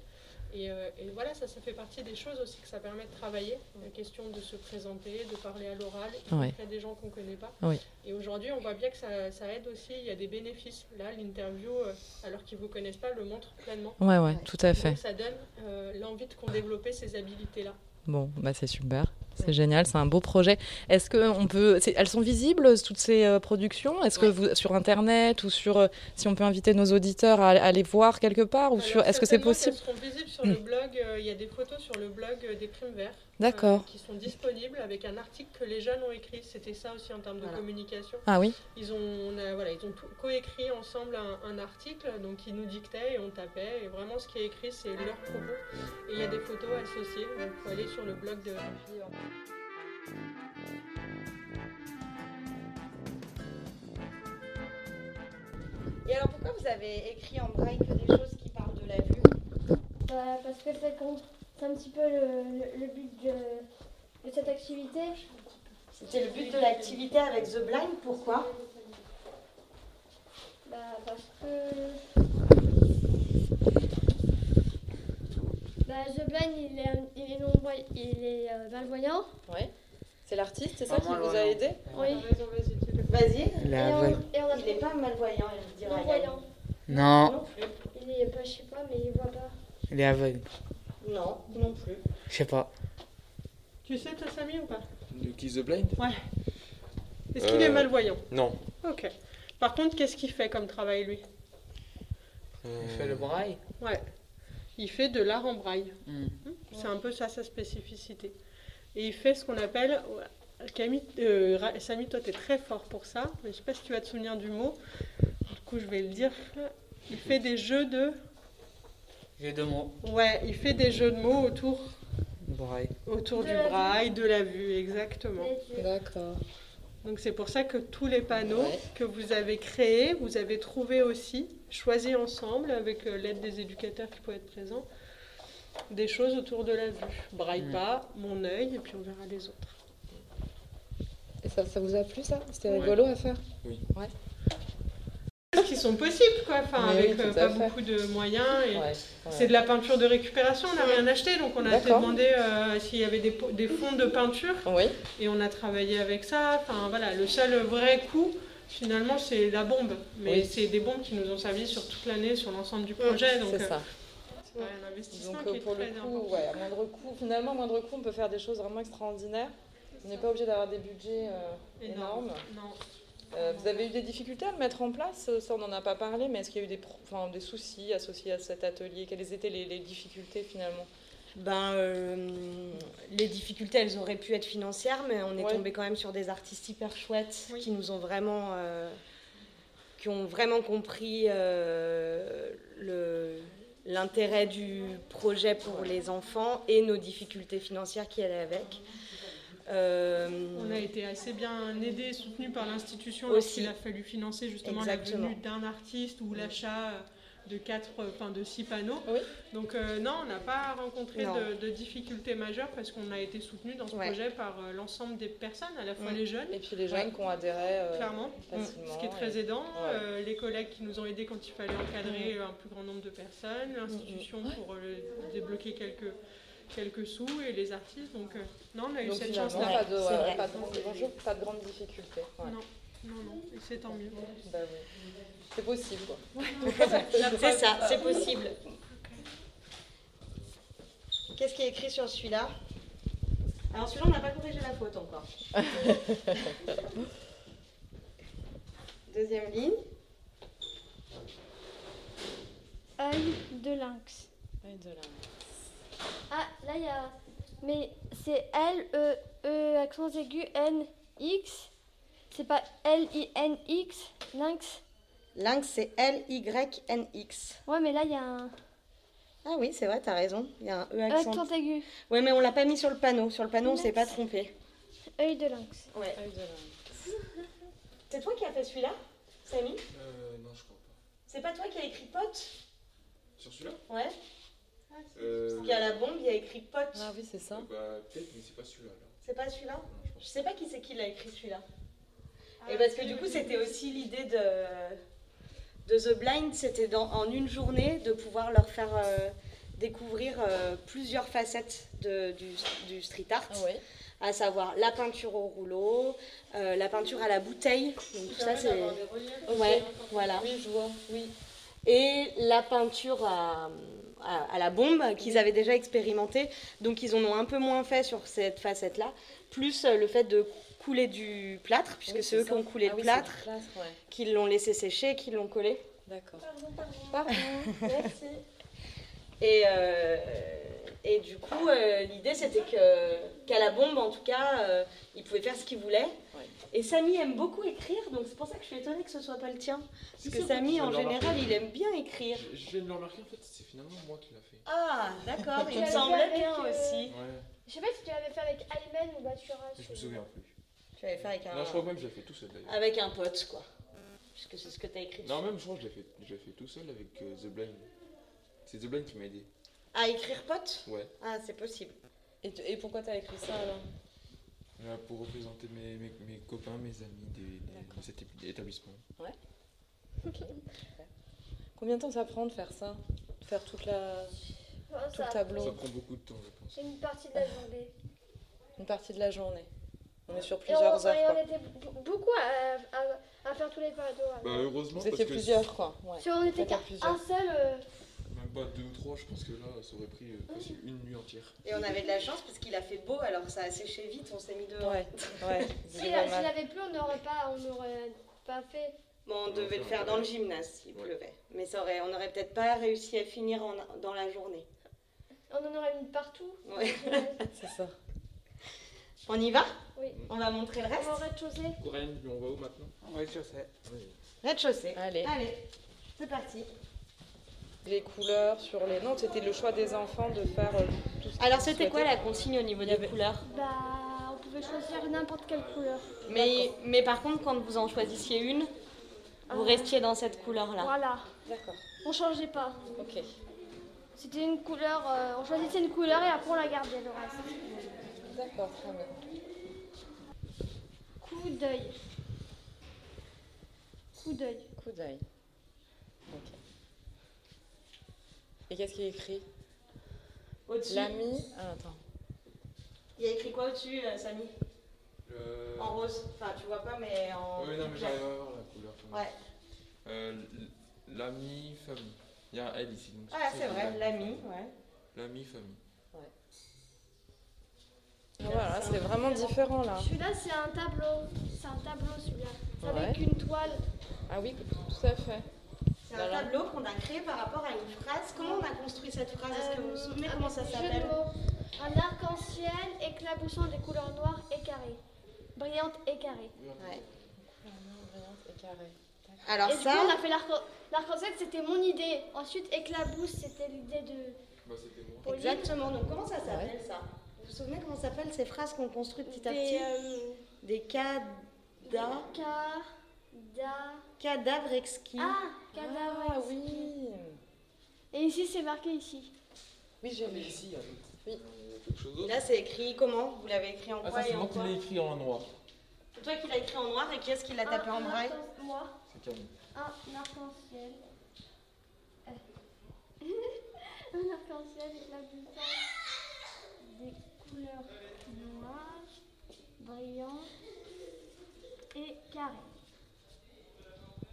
Speaker 5: Et, euh, et voilà, ça, ça fait partie des choses aussi que ça permet de travailler. La question de se présenter, de parler à l'oral, il
Speaker 1: Ouais.
Speaker 5: y a des gens qu'on ne connaît pas.
Speaker 1: Oui.
Speaker 5: Et aujourd'hui, on voit bien que ça, ça aide aussi, il y a des bénéfices. Là, l'interview, euh, alors qu'ils ne vous connaissent pas, le montre pleinement.
Speaker 1: Ouais, ouais, tout à fait.
Speaker 5: Donc ça donne euh, l'envie de qu'on développe ces habilités-là.
Speaker 1: Bon, bah c'est super. C'est génial, c'est un beau projet. Est-ce que on peut, c'est- elles sont visibles toutes ces euh, productions Est-ce que vous sur internet ou sur, euh, si on peut inviter nos auditeurs à, à les voir quelque part ou
Speaker 5: Alors,
Speaker 1: sur, est-ce que c'est
Speaker 5: certainement
Speaker 1: possible Mm.
Speaker 5: qu'elles seront visibles sur le blog, euh, il y a des photos sur le blog euh, des primes verts.
Speaker 1: D'accord.
Speaker 5: qui sont disponibles avec un article que les jeunes ont écrit. C'était ça aussi en termes de
Speaker 8: Voilà.
Speaker 5: communication.
Speaker 1: Ah oui,
Speaker 5: Ils ont, on a- voilà, ils ont tout- coécrit ensemble un, un article, donc ils nous dictaient et on tapait. Et vraiment, ce qui est écrit, c'est leur propos. Et il y a des photos associées. Donc, faut aller sur le blog de hein. Jean-Pierre.
Speaker 8: Et alors pourquoi vous avez écrit en braille que des choses qui parlent de la vue
Speaker 2: Bah, parce que ça compte- c'est un petit peu le, le- le but de, de cette activité.
Speaker 8: C'était le but de l'activité avec The Blind, pourquoi
Speaker 2: Bah, parce que. Bah, The Blind, il est, il est, non-voy- il est euh, malvoyant.
Speaker 1: c'est l'artiste, c'est
Speaker 4: ça
Speaker 7: Ah,
Speaker 4: Pas qui mal, vous a ouais. aidé
Speaker 2: Oui.
Speaker 5: Vas-y, vas-y, tu le fais.
Speaker 8: Vas-y,
Speaker 4: Il
Speaker 2: Et
Speaker 4: a
Speaker 2: on,
Speaker 4: aveuglé.
Speaker 2: et on a
Speaker 8: il n'est pas malvoyant, elle dit Ryan.
Speaker 2: non-voyant.
Speaker 4: Non,
Speaker 10: Il est
Speaker 2: euh,
Speaker 10: pas, je sais pas, mais il voit pas.
Speaker 4: il est aveugle.
Speaker 8: Non, non plus.
Speaker 4: Je sais pas.
Speaker 5: Tu sais, toi, Samy, ou pas
Speaker 6: De Kiss the Blind
Speaker 5: Est-ce qu'il est
Speaker 6: Euh.
Speaker 5: malvoyant
Speaker 6: Non.
Speaker 5: Ok. Par contre, qu'est-ce qu'il fait comme travail, lui
Speaker 3: Euh,
Speaker 4: Il fait le braille.
Speaker 5: Ouais. Il fait de l'art en braille.
Speaker 4: Hmm.
Speaker 5: C'est un peu ça sa spécificité. Et il fait ce qu'on appelle. Camille, euh, Ra- Samy, toi, t'es très fort pour ça, mais je sais pas si tu vas te souvenir du mot. Du coup, je vais le dire. Il fait des jeux de.
Speaker 4: J'ai deux mots.
Speaker 5: Ouais, il fait des jeux de mots autour,
Speaker 4: Braille.
Speaker 5: autour
Speaker 10: De
Speaker 5: du
Speaker 10: la vue.
Speaker 5: braille, de la vue, exactement.
Speaker 10: Mais tu-
Speaker 7: D'accord.
Speaker 5: Donc c'est pour ça que tous les panneaux que vous avez créés, vous avez trouvé aussi, choisi ensemble avec euh, l'aide des éducateurs qui pouvaient être présents, des choses autour de la vue. Braille
Speaker 4: Mm.
Speaker 5: pas, mon œil, et puis on verra les autres.
Speaker 7: Et ça, ça vous a plu ça C'était
Speaker 5: Ouais.
Speaker 7: rigolo à faire
Speaker 5: Ce qui sont possibles, quoi, enfin,
Speaker 7: Mais
Speaker 5: avec
Speaker 7: oui, tout
Speaker 5: euh,
Speaker 7: à
Speaker 5: pas
Speaker 7: fait.
Speaker 5: beaucoup de moyens. Et...
Speaker 7: Ouais.
Speaker 5: C'est de la peinture de récupération, on n'a rien acheté, donc on a été
Speaker 7: D'accord.
Speaker 5: demandé euh, s'il y avait des, po- des fonds de peinture.
Speaker 7: Oui.
Speaker 5: Et on a travaillé avec ça. Enfin voilà, le seul vrai coup, finalement, c'est la bombe. Mais
Speaker 7: Oui.
Speaker 5: c'est des bombes qui nous ont servi sur toute l'année, sur l'ensemble du projet. Donc
Speaker 7: C'est
Speaker 5: euh,
Speaker 7: ça.
Speaker 5: c'est pas un investissement
Speaker 7: Donc
Speaker 5: qui
Speaker 7: euh,
Speaker 5: est
Speaker 7: pour le
Speaker 5: très
Speaker 7: coup,
Speaker 5: important.
Speaker 7: ouais, à moindre coût, finalement, à moindre coût, on peut faire des choses vraiment extraordinaires. On n'est pas obligé d'avoir des budgets euh,
Speaker 5: Énorme.
Speaker 7: énormes.
Speaker 5: Non.
Speaker 7: Euh, vous avez eu des difficultés à le mettre en place euh, Ça, on n'en a pas parlé, mais est-ce qu'il y a eu des, pro- enfin, des soucis associés à cet atelier Quelles étaient les, les difficultés finalement
Speaker 8: Ben, euh, les difficultés, elles auraient pu être financières, mais on est
Speaker 7: Ouais.
Speaker 8: tombé quand même sur des artistes hyper chouettes
Speaker 5: Oui.
Speaker 8: qui nous ont vraiment, euh, qui ont vraiment compris euh, le- l'intérêt du projet pour les enfants et nos difficultés financières qui allaient avec. Euh,
Speaker 5: On a été assez bien aidé et soutenu par l'institution
Speaker 8: Aussi.
Speaker 5: lorsqu'il a fallu financer justement la
Speaker 8: Exactement.
Speaker 5: venue d'un artiste ou l'achat de quatre, enfin de six panneaux.
Speaker 7: Oui.
Speaker 5: Donc euh, non, on n'a pas rencontré
Speaker 8: Non.
Speaker 5: de, de difficultés majeures parce qu'on a été soutenu dans ce
Speaker 8: Ouais.
Speaker 5: projet par euh, l'ensemble des personnes, à la fois
Speaker 8: Mm.
Speaker 5: les jeunes,
Speaker 7: Et puis les jeunes qui ont adhéré euh,
Speaker 5: clairement,
Speaker 7: facilement.
Speaker 5: ce qui est très
Speaker 7: et-
Speaker 5: aidant,
Speaker 7: Ouais. Mm.
Speaker 5: euh, les collègues qui nous ont aidés quand il fallait encadrer un plus grand nombre de personnes, l'institution pour euh, débloquer quelques quelques sous et les artistes. Donc euh, non, on a eu
Speaker 7: Donc
Speaker 5: cette
Speaker 7: finalement,
Speaker 5: chance-là.
Speaker 7: pas de,
Speaker 8: Ouais,
Speaker 7: ouais,
Speaker 8: c'est
Speaker 7: pas de grandes- bonjour, pas de grandes difficultés. Ouais.
Speaker 5: Non, non, non, et c'est tant mieux.
Speaker 7: Bah oui. C'est possible. quoi.
Speaker 8: C'est ça, c'est possible. Qu'est-ce qui est écrit sur celui-là Alors celui-là, on n'a pas corrigé la faute encore. Deuxième ligne.
Speaker 10: Œil de lynx. Ah, là, il y a. Mais c'est L, E, E, accent aigu, N, X. C'est pas L, I, N, X, lynx.
Speaker 8: Lynx, c'est L-Y-N-X.
Speaker 10: Ouais, mais là, il y a un
Speaker 8: Ah oui, c'est vrai, t'as raison. Il y a un E
Speaker 10: E
Speaker 8: accent.
Speaker 10: accent aigu.
Speaker 8: Ouais, mais on l'a pas mis sur le panneau. Sur le panneau, on s'est pas
Speaker 10: Lynx.
Speaker 8: trompé.
Speaker 10: Œil de lynx.
Speaker 8: Ouais.
Speaker 7: Œil de lynx.
Speaker 8: C'est toi qui as fait celui-là, Samy
Speaker 3: Euh, non, je crois pas.
Speaker 8: C'est pas toi qui as écrit pote
Speaker 3: Sur celui-là
Speaker 8: Ouais.
Speaker 3: euh,
Speaker 8: Parce qu'à la bombe, il y a écrit pote.
Speaker 7: Ah oui, c'est ça.
Speaker 3: Bah, peut-être, mais c'est pas celui-là. là.
Speaker 8: C'est pas celui-là
Speaker 3: Non, je pense
Speaker 8: Je sais pas qui c'est qui l'a écrit celui-là. Et parce que du coup, c'était aussi l'idée de, de The Blind, c'était dans- en une journée de pouvoir leur faire euh, découvrir euh, plusieurs facettes de- du, du street art,
Speaker 7: Ah oui.
Speaker 8: à savoir la peinture au rouleau, euh, la peinture à la bouteille, donc tout ça c'est... Ouais, voilà.
Speaker 7: Oui, je vois. Oui.
Speaker 8: Et la peinture à, à- à la bombe qu'ils avaient déjà expérimentée, donc ils en ont un peu moins fait sur cette facette-là, plus euh, le fait de couler du plâtre, puisque
Speaker 7: Oui,
Speaker 8: c'est eux
Speaker 7: ça.
Speaker 8: qui ont coulé
Speaker 7: Ah
Speaker 8: le
Speaker 7: oui, c'est
Speaker 8: plâtre.
Speaker 7: plâtre, ouais.
Speaker 8: qu'ils l'ont laissé sécher, qu'ils l'ont collé.
Speaker 7: D'accord.
Speaker 10: Pardon.
Speaker 8: Merci. Et, euh, et du coup, euh, l'idée c'était que qu'à la bombe, en tout cas, euh, il pouvait faire ce qu'il voulait.
Speaker 7: Ouais.
Speaker 8: Et Samy aime beaucoup écrire, donc c'est pour ça que je suis étonnée que ce soit pas le tien. Parce
Speaker 3: Si,
Speaker 8: que
Speaker 3: c'est bon,
Speaker 8: Samy,
Speaker 3: je
Speaker 8: en
Speaker 3: viens de le
Speaker 8: général,
Speaker 3: remarquer.
Speaker 8: il aime bien écrire.
Speaker 3: Je, je viens de le remarquer, en fait, c'est finalement moi qui l'a fait.
Speaker 8: Ah, d'accord, il me
Speaker 10: l'avais
Speaker 8: semblait
Speaker 10: fait
Speaker 8: bien
Speaker 10: avec, euh,
Speaker 8: aussi.
Speaker 3: Ouais,
Speaker 10: Je sais pas si tu l'avais fait avec Ayman ou Batura.
Speaker 3: je me souviens plus.
Speaker 8: Tu l'avais fait avec
Speaker 3: Non, je crois
Speaker 8: un,
Speaker 3: même que je l'ai fait tout seul d'ailleurs.
Speaker 8: avec un pote, quoi. Parce que c'est ce que t'as écrit.
Speaker 3: Non, même je crois que je l'ai fait, je l'ai fait tout seul avec euh, The Blind. C'est The Blind qui m'a aidé.
Speaker 8: À écrire pote
Speaker 3: Ouais.
Speaker 8: Ah, c'est possible.
Speaker 7: Et, tu- et pourquoi t'as écrit ça alors
Speaker 3: Là, pour représenter mes, mes, mes copains, mes amis des- des- de cet épi- établissement.
Speaker 7: Combien de temps ça prend de faire ça De faire toute la...
Speaker 10: Enfin,
Speaker 7: tout le
Speaker 10: ça,
Speaker 3: Ça
Speaker 7: tableau
Speaker 3: prend beaucoup de temps, je pense.
Speaker 10: C'est une partie de la journée.
Speaker 7: Une partie de la journée On est sur
Speaker 10: Et on,
Speaker 7: plusieurs
Speaker 10: et on
Speaker 7: heures. quoi.
Speaker 10: était b- beaucoup à, à-
Speaker 2: à faire tous les paradors.
Speaker 3: Bah, heureusement,
Speaker 1: Vous
Speaker 3: parce
Speaker 1: étiez
Speaker 3: que.
Speaker 1: plusieurs, quoi. ouais.
Speaker 2: Si on était
Speaker 1: Peut-être
Speaker 2: qu'un
Speaker 1: plusieurs.
Speaker 2: un seul, euh,
Speaker 3: Même pas deux ou trois, je pense que là, ça aurait pris euh, facile une nuit entière.
Speaker 8: Et on avait de la chance parce qu'il a fait beau, alors ça a séché vite, on s'est mis dehors.
Speaker 1: Ouais, ouais.
Speaker 2: si euh,
Speaker 1: c'est
Speaker 2: s'il
Speaker 1: pas mal.
Speaker 2: avait plus, on n'aurait pas, on n'aurait pas fait.
Speaker 8: Bon, on devait le faire dans le gymnase s'il
Speaker 3: Ouais.
Speaker 8: pleuvait. Mais ça aurait, on n'aurait peut-être pas réussi à finir en- dans la journée.
Speaker 2: On en aurait mis partout.
Speaker 8: Ouais.
Speaker 1: C'est ça.
Speaker 8: On y va
Speaker 2: Oui.
Speaker 8: On va montrer le
Speaker 2: On
Speaker 8: reste
Speaker 2: aurait chaussé.
Speaker 3: Corinne, on va où maintenant
Speaker 4: Ouais, je sais.
Speaker 8: Rez-de-chaussée.
Speaker 1: Allez,
Speaker 8: Allez, c'est parti.
Speaker 1: les couleurs sur les. Non, c'était le choix des enfants de faire euh, tout ce qu'ils
Speaker 8: Alors, c'était quoi
Speaker 1: souhaitaient.
Speaker 8: la consigne au niveau des couleurs
Speaker 2: Bah, on pouvait choisir n'importe quelle couleur.
Speaker 8: mais, mais par contre, quand vous en choisissiez une, vous
Speaker 2: Ah.
Speaker 8: restiez dans cette couleur-là.
Speaker 2: Voilà.
Speaker 1: D'accord,
Speaker 2: On changeait pas.
Speaker 1: ok.
Speaker 2: C'était une couleur. euh, on choisissait une couleur et après on la gardait le reste.
Speaker 1: D'accord, très bien.
Speaker 2: Coup d'œil. Coup d'œil.
Speaker 1: Coup d'œil. Ok. Et qu'est-ce qui est écrit
Speaker 8: Au-dessus.
Speaker 1: L'ami. Ah, attends.
Speaker 8: Il y a écrit quoi au-dessus, euh, Samy
Speaker 3: euh...
Speaker 8: En rose. Enfin, tu vois pas, mais en.
Speaker 3: Ouais, non, mais j'arrive à voir la couleur. quand même.
Speaker 8: Ouais.
Speaker 3: Euh, l- l'ami, famille. Il y a un L ici. donc
Speaker 8: Ah,
Speaker 3: pour ça
Speaker 8: c'est
Speaker 3: que
Speaker 8: vrai,
Speaker 3: j'ai-
Speaker 8: l'ami, ouais.
Speaker 3: L'ami, famille.
Speaker 1: Voilà, c'est vraiment différent là.
Speaker 2: Celui-là, c'est un tableau. C'est un tableau celui-là. C'est avec
Speaker 1: Ouais.
Speaker 2: une toile.
Speaker 1: Ah oui, tout à fait.
Speaker 8: C'est un
Speaker 1: Voilà.
Speaker 8: tableau qu'on a créé par rapport à une phrase. Comment on a construit cette phrase Est-ce Ah, que vous vous souvenez
Speaker 2: Euh,
Speaker 8: comment ça
Speaker 2: avec
Speaker 8: s'appelle
Speaker 2: jeu de mots. Un arc-en-ciel éclaboussant des couleurs noires et carrées. Brillante et carrée.
Speaker 8: Ouais.
Speaker 1: et carré.
Speaker 8: Alors,
Speaker 2: et du coup, on a fait l'arc- l'arc-en-ciel, c'était mon idée. Ensuite, éclabousse, c'était l'idée de
Speaker 3: Bah, c'était moi.
Speaker 2: Pauline.
Speaker 8: Exactement, donc comment ça s'appelle ça Vous vous souvenez comment s'appellent ces phrases qu'on construit petit à
Speaker 2: Des,
Speaker 8: petit
Speaker 2: euh,
Speaker 8: Des cada...
Speaker 2: Car, da,
Speaker 8: cadavres exquis.
Speaker 2: ah, cadavre.
Speaker 1: Ah oui
Speaker 2: Et ici, c'est marqué ici.
Speaker 1: Oui, j'ai vu.
Speaker 3: Ici, il y a un autre-
Speaker 1: Oui.
Speaker 3: euh, quelque chose d'autre.
Speaker 8: Là, c'est écrit comment Vous l'avez écrit en
Speaker 3: Ah,
Speaker 8: quoi
Speaker 3: ça,
Speaker 8: et
Speaker 3: c'est
Speaker 8: en
Speaker 3: moi qui
Speaker 8: quoi
Speaker 3: l'ai écrit en noir.
Speaker 8: C'est toi qui l'as écrit en noir et qui est-ce qui l'a tapé
Speaker 2: Un-
Speaker 8: en
Speaker 2: un
Speaker 8: braille
Speaker 2: arc-en- Moi,
Speaker 3: C'est Camille.
Speaker 2: un arc-en-ciel. Euh. un arc-en-ciel avec la bouteille. Des couleurs noires, brillantes et carrées.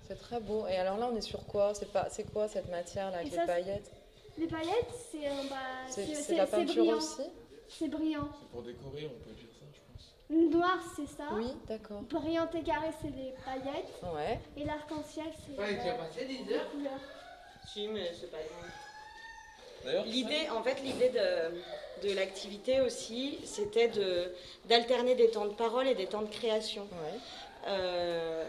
Speaker 1: C'est très beau. Et alors là, on est sur quoi C'est pas, c'est quoi cette matière là,
Speaker 2: Et
Speaker 1: avec
Speaker 2: ça,
Speaker 1: les paillettes
Speaker 2: Les palettes, c'est euh, bah,
Speaker 1: C'est
Speaker 2: c'est-
Speaker 1: c'est de la
Speaker 2: c'est- c'est
Speaker 1: peinture
Speaker 2: brillant.
Speaker 1: aussi
Speaker 2: C'est brillant.
Speaker 3: C'est pour décorer, on peut dire ça, je pense.
Speaker 2: Noir, c'est ça.
Speaker 1: Oui, d'accord.
Speaker 2: Brillant et carré, c'est les paillettes.
Speaker 1: Ouais.
Speaker 2: Et l'arc-en-ciel, c'est
Speaker 4: Ouais, tu as
Speaker 2: euh,
Speaker 4: passé 10
Speaker 2: les
Speaker 4: heures.
Speaker 2: couleurs.
Speaker 8: Si, mais c'est pas grave.
Speaker 3: D'ailleurs,
Speaker 8: L'idée, en fait, l'idée de, de l'activité aussi, c'était de, d'alterner des temps de parole et des temps de création.
Speaker 1: Ouais.
Speaker 8: Euh,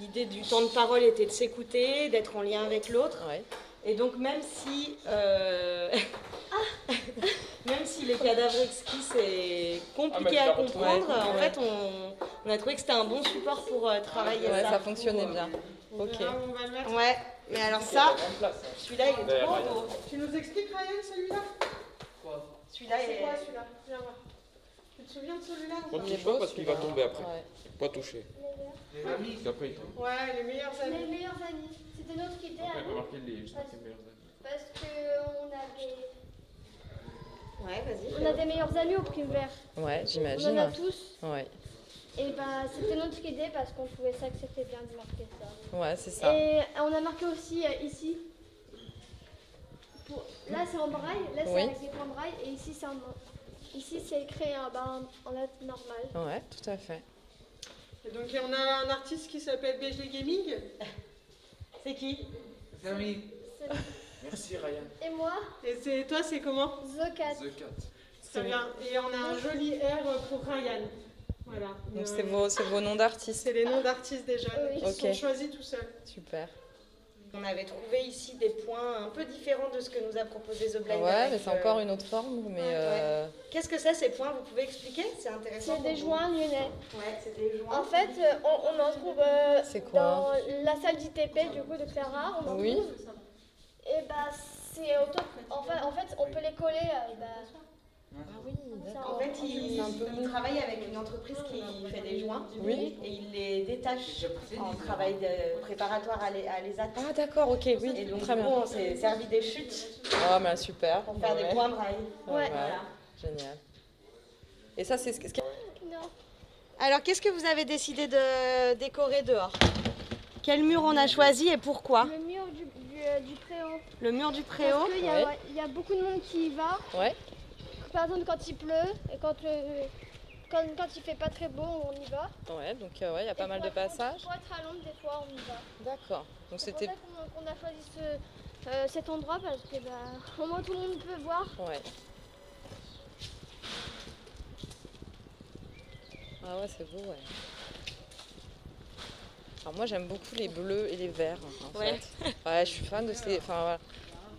Speaker 8: l'idée du temps de parole était de s'écouter, d'être en lien avec l'autre.
Speaker 1: Ouais.
Speaker 8: Et donc même si, euh, même si les cadavres exquis c'est
Speaker 1: bah,
Speaker 3: Ah, mais je
Speaker 8: compliqué
Speaker 3: la
Speaker 8: à
Speaker 3: retrouve.
Speaker 8: comprendre,
Speaker 1: Ouais.
Speaker 8: en fait on, on a trouvé que c'était un bon support pour euh, travailler
Speaker 1: Ouais,
Speaker 8: ça.
Speaker 1: ça fonctionnait bien. Ok.
Speaker 4: on va le mettre.
Speaker 8: Ouais, mais alors ça,
Speaker 3: en place. hein.
Speaker 8: celui-là il est trop beau.
Speaker 4: Tu nous expliques, Ryan, celui-là
Speaker 8: Celui-là il
Speaker 4: C'est
Speaker 8: est...
Speaker 4: quoi celui-là Viens voir. Tu te souviens de celui-là ou
Speaker 3: Pas
Speaker 4: pas
Speaker 1: Il est
Speaker 3: touché
Speaker 1: beau,
Speaker 3: parce qu'il va
Speaker 1: celui-là.
Speaker 3: tomber après.
Speaker 1: Ouais.
Speaker 3: Pas touché.
Speaker 4: Les amis.
Speaker 3: Et après, il tombe.
Speaker 4: Ouais, les meilleurs amis.
Speaker 2: Les meilleurs amis. C'était notre idée
Speaker 3: Après,
Speaker 2: à
Speaker 3: il va
Speaker 2: nous.
Speaker 3: marquer les cinq meilleurs amis.
Speaker 2: Parce qu'on avait,
Speaker 8: Ouais, vas-y.
Speaker 2: on a des meilleurs amis au primaire.
Speaker 1: Ouais,
Speaker 2: On en a
Speaker 1: j'imagine.
Speaker 2: tous.
Speaker 1: Ouais.
Speaker 2: Et bah, c'était notre idée parce qu'on pouvait ça que c'était bien de marquer ça.
Speaker 1: Ouais, c'est ça.
Speaker 2: Et euh, on a marqué aussi euh, ici. Pour- Là, c'est en braille. Là, c'est
Speaker 1: Oui.
Speaker 2: avec des points braille. Et ici, c'est en... ici, c'est écrit euh, bah, en en lettres normales.
Speaker 1: Ouais, tout à fait.
Speaker 5: Et donc on a un artiste qui s'appelle BG Gaming.
Speaker 8: C'est qui
Speaker 4: Les amis.
Speaker 3: Merci, Ryan.
Speaker 2: Et moi,
Speaker 5: Et c'est toi, c'est comment
Speaker 2: The Cat.
Speaker 3: The Cat.
Speaker 5: Très bien. Et on a un joli R pour Ryan. Voilà.
Speaker 1: Donc
Speaker 5: Euh,
Speaker 1: c'est vos, c'est vos noms d'artistes.
Speaker 5: C'est les noms d'artistes déjà
Speaker 2: Oui.
Speaker 5: qui
Speaker 1: Ok.
Speaker 5: sont choisis tout seuls.
Speaker 1: Super.
Speaker 8: On avait trouvé ici des points un peu différents de ce que nous a proposé The Blind.
Speaker 1: Ouais,
Speaker 8: avec,
Speaker 1: mais c'est
Speaker 8: euh,
Speaker 1: encore une autre forme, mais
Speaker 8: ouais.
Speaker 1: euh,
Speaker 8: Qu'est-ce que c'est ces points Vous pouvez expliquer C'est intéressant.
Speaker 2: C'est des
Speaker 8: pour vous.
Speaker 2: joints lyonnais.
Speaker 8: Ouais, c'est des joints.
Speaker 2: En fait, euh, on, on en trouve euh,
Speaker 1: C'est quoi
Speaker 2: dans la salle d'ITP du coup de Clara. On en
Speaker 1: Oui.
Speaker 2: trouve. Et bah c'est auto. En fait, en fait, on peut les coller. euh, et bah,
Speaker 1: Ah oui,
Speaker 2: ça,
Speaker 8: En fait,
Speaker 2: on-
Speaker 8: il, il travaille avec une entreprise qui fait des joints
Speaker 1: Oui.
Speaker 8: et il les détache en travail de- préparatoire à l'é- à l'ESAT.
Speaker 1: Ah d'accord, ok, oui,
Speaker 8: Et donc,
Speaker 1: très
Speaker 8: du
Speaker 1: bien.
Speaker 8: coup, on s'est servi des chutes
Speaker 1: Ah bah super.
Speaker 8: pour faire
Speaker 1: Ouais.
Speaker 8: des points braille.
Speaker 1: Ouais,
Speaker 2: Ouais.
Speaker 1: Génial. Et ça, c'est ce, ce qui-
Speaker 2: Non.
Speaker 8: Alors, qu'est-ce que vous avez décidé de décorer dehors Quel mur on a choisi et
Speaker 1: Ah.
Speaker 8: pourquoi
Speaker 2: Le mur du, du, euh, du préau.
Speaker 8: Le mur du préau
Speaker 2: Parce qu'il y, a- il y a beaucoup de monde qui y va.
Speaker 1: Ouais.
Speaker 2: Par exemple, quand il pleut et quand, le- quand, quand il fait pas très beau, on y va.
Speaker 1: Ouais, donc euh, ouais, il y a pas
Speaker 2: Et
Speaker 1: mal de
Speaker 2: pour être-
Speaker 1: passages.
Speaker 2: Pour être à Londres, des fois, on y va.
Speaker 1: D'accord. Donc
Speaker 2: C'est pour ça
Speaker 1: c'était
Speaker 2: qu'on qu'on a choisi ce- euh, cet endroit parce que bah, au moins tout le monde peut voir.
Speaker 1: ouais. Ah ouais, c'est beau, ouais. Alors moi j'aime beaucoup les bleus et les verts. En
Speaker 8: Ouais.
Speaker 1: fait. ouais, je suis fan de ces. Enfin voilà.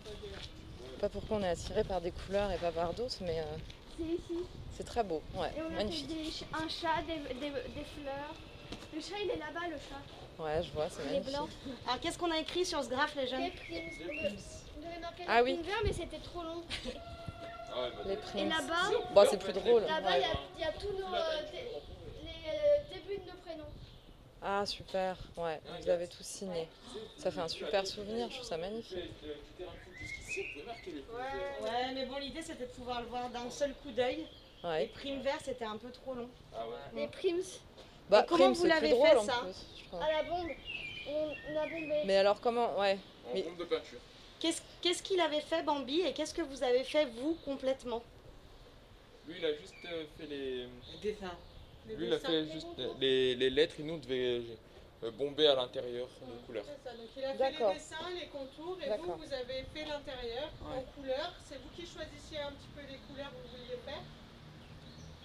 Speaker 1: Je sais pas pourquoi on est attiré par des couleurs et pas par d'autres, mais euh,
Speaker 2: C'est ici.
Speaker 1: c'est très beau. Ouais,
Speaker 2: Et on a fait
Speaker 1: magnifique.
Speaker 2: des ch- un chat, des, des- des fleurs. Le chat, il est là-bas, le chat.
Speaker 1: Ouais, je vois, c'est
Speaker 2: Il est
Speaker 1: magnifique.
Speaker 2: blanc.
Speaker 8: Alors, qu'est-ce qu'on a écrit sur ce graphe, les jeunes
Speaker 2: Des primes. On devait marquer
Speaker 1: Ah
Speaker 2: les
Speaker 1: oui.
Speaker 2: primes vertes, mais c'était trop long.
Speaker 3: Ah, bah,
Speaker 1: Les
Speaker 2: Et
Speaker 1: princes.
Speaker 2: là-bas,
Speaker 1: Bon, c'est plus drôle.
Speaker 2: là-bas,
Speaker 1: ouais.
Speaker 2: il y a- il y, a tous nos euh, dé- les euh, débuts de nos prénoms.
Speaker 1: Ah super, ouais, vous avez tout signé. Ça fait un super souvenir, je trouve ça magnifique.
Speaker 8: Ouais, mais bon, l'idée c'était de pouvoir le voir d'un seul coup d'œil. Les
Speaker 1: Ouais.
Speaker 8: primes vertes, c'était un peu trop long.
Speaker 2: Les primes
Speaker 1: Bah,
Speaker 8: comment
Speaker 1: Prime,
Speaker 8: vous
Speaker 1: c'est
Speaker 8: l'avez
Speaker 1: plus drôle
Speaker 8: fait,
Speaker 1: en
Speaker 8: ça
Speaker 1: plus, je crois.
Speaker 2: à la bombe. On, on a bombé.
Speaker 1: Mais alors comment, ouais.
Speaker 3: En
Speaker 1: Mais-
Speaker 3: pompe de peinture.
Speaker 8: Qu'est-ce qu'est-ce qu'il avait fait, Bambi, et qu'est-ce que vous avez fait, vous, complètement
Speaker 3: Lui, il a juste euh, fait les.
Speaker 11: Dessin.
Speaker 5: Les
Speaker 3: Lui, il a
Speaker 5: dessins.
Speaker 3: fait juste euh, les, les lettres et nous, on devait euh, bomber à l'intérieur les couleurs.
Speaker 5: C'est ça, donc il a fait
Speaker 1: D'accord.
Speaker 5: les dessins, les contours, et vous,
Speaker 1: D'accord.
Speaker 5: vous avez fait l'intérieur en
Speaker 11: Ouais.
Speaker 5: couleurs. C'est vous qui choisissiez un petit peu les couleurs que vous vouliez faire.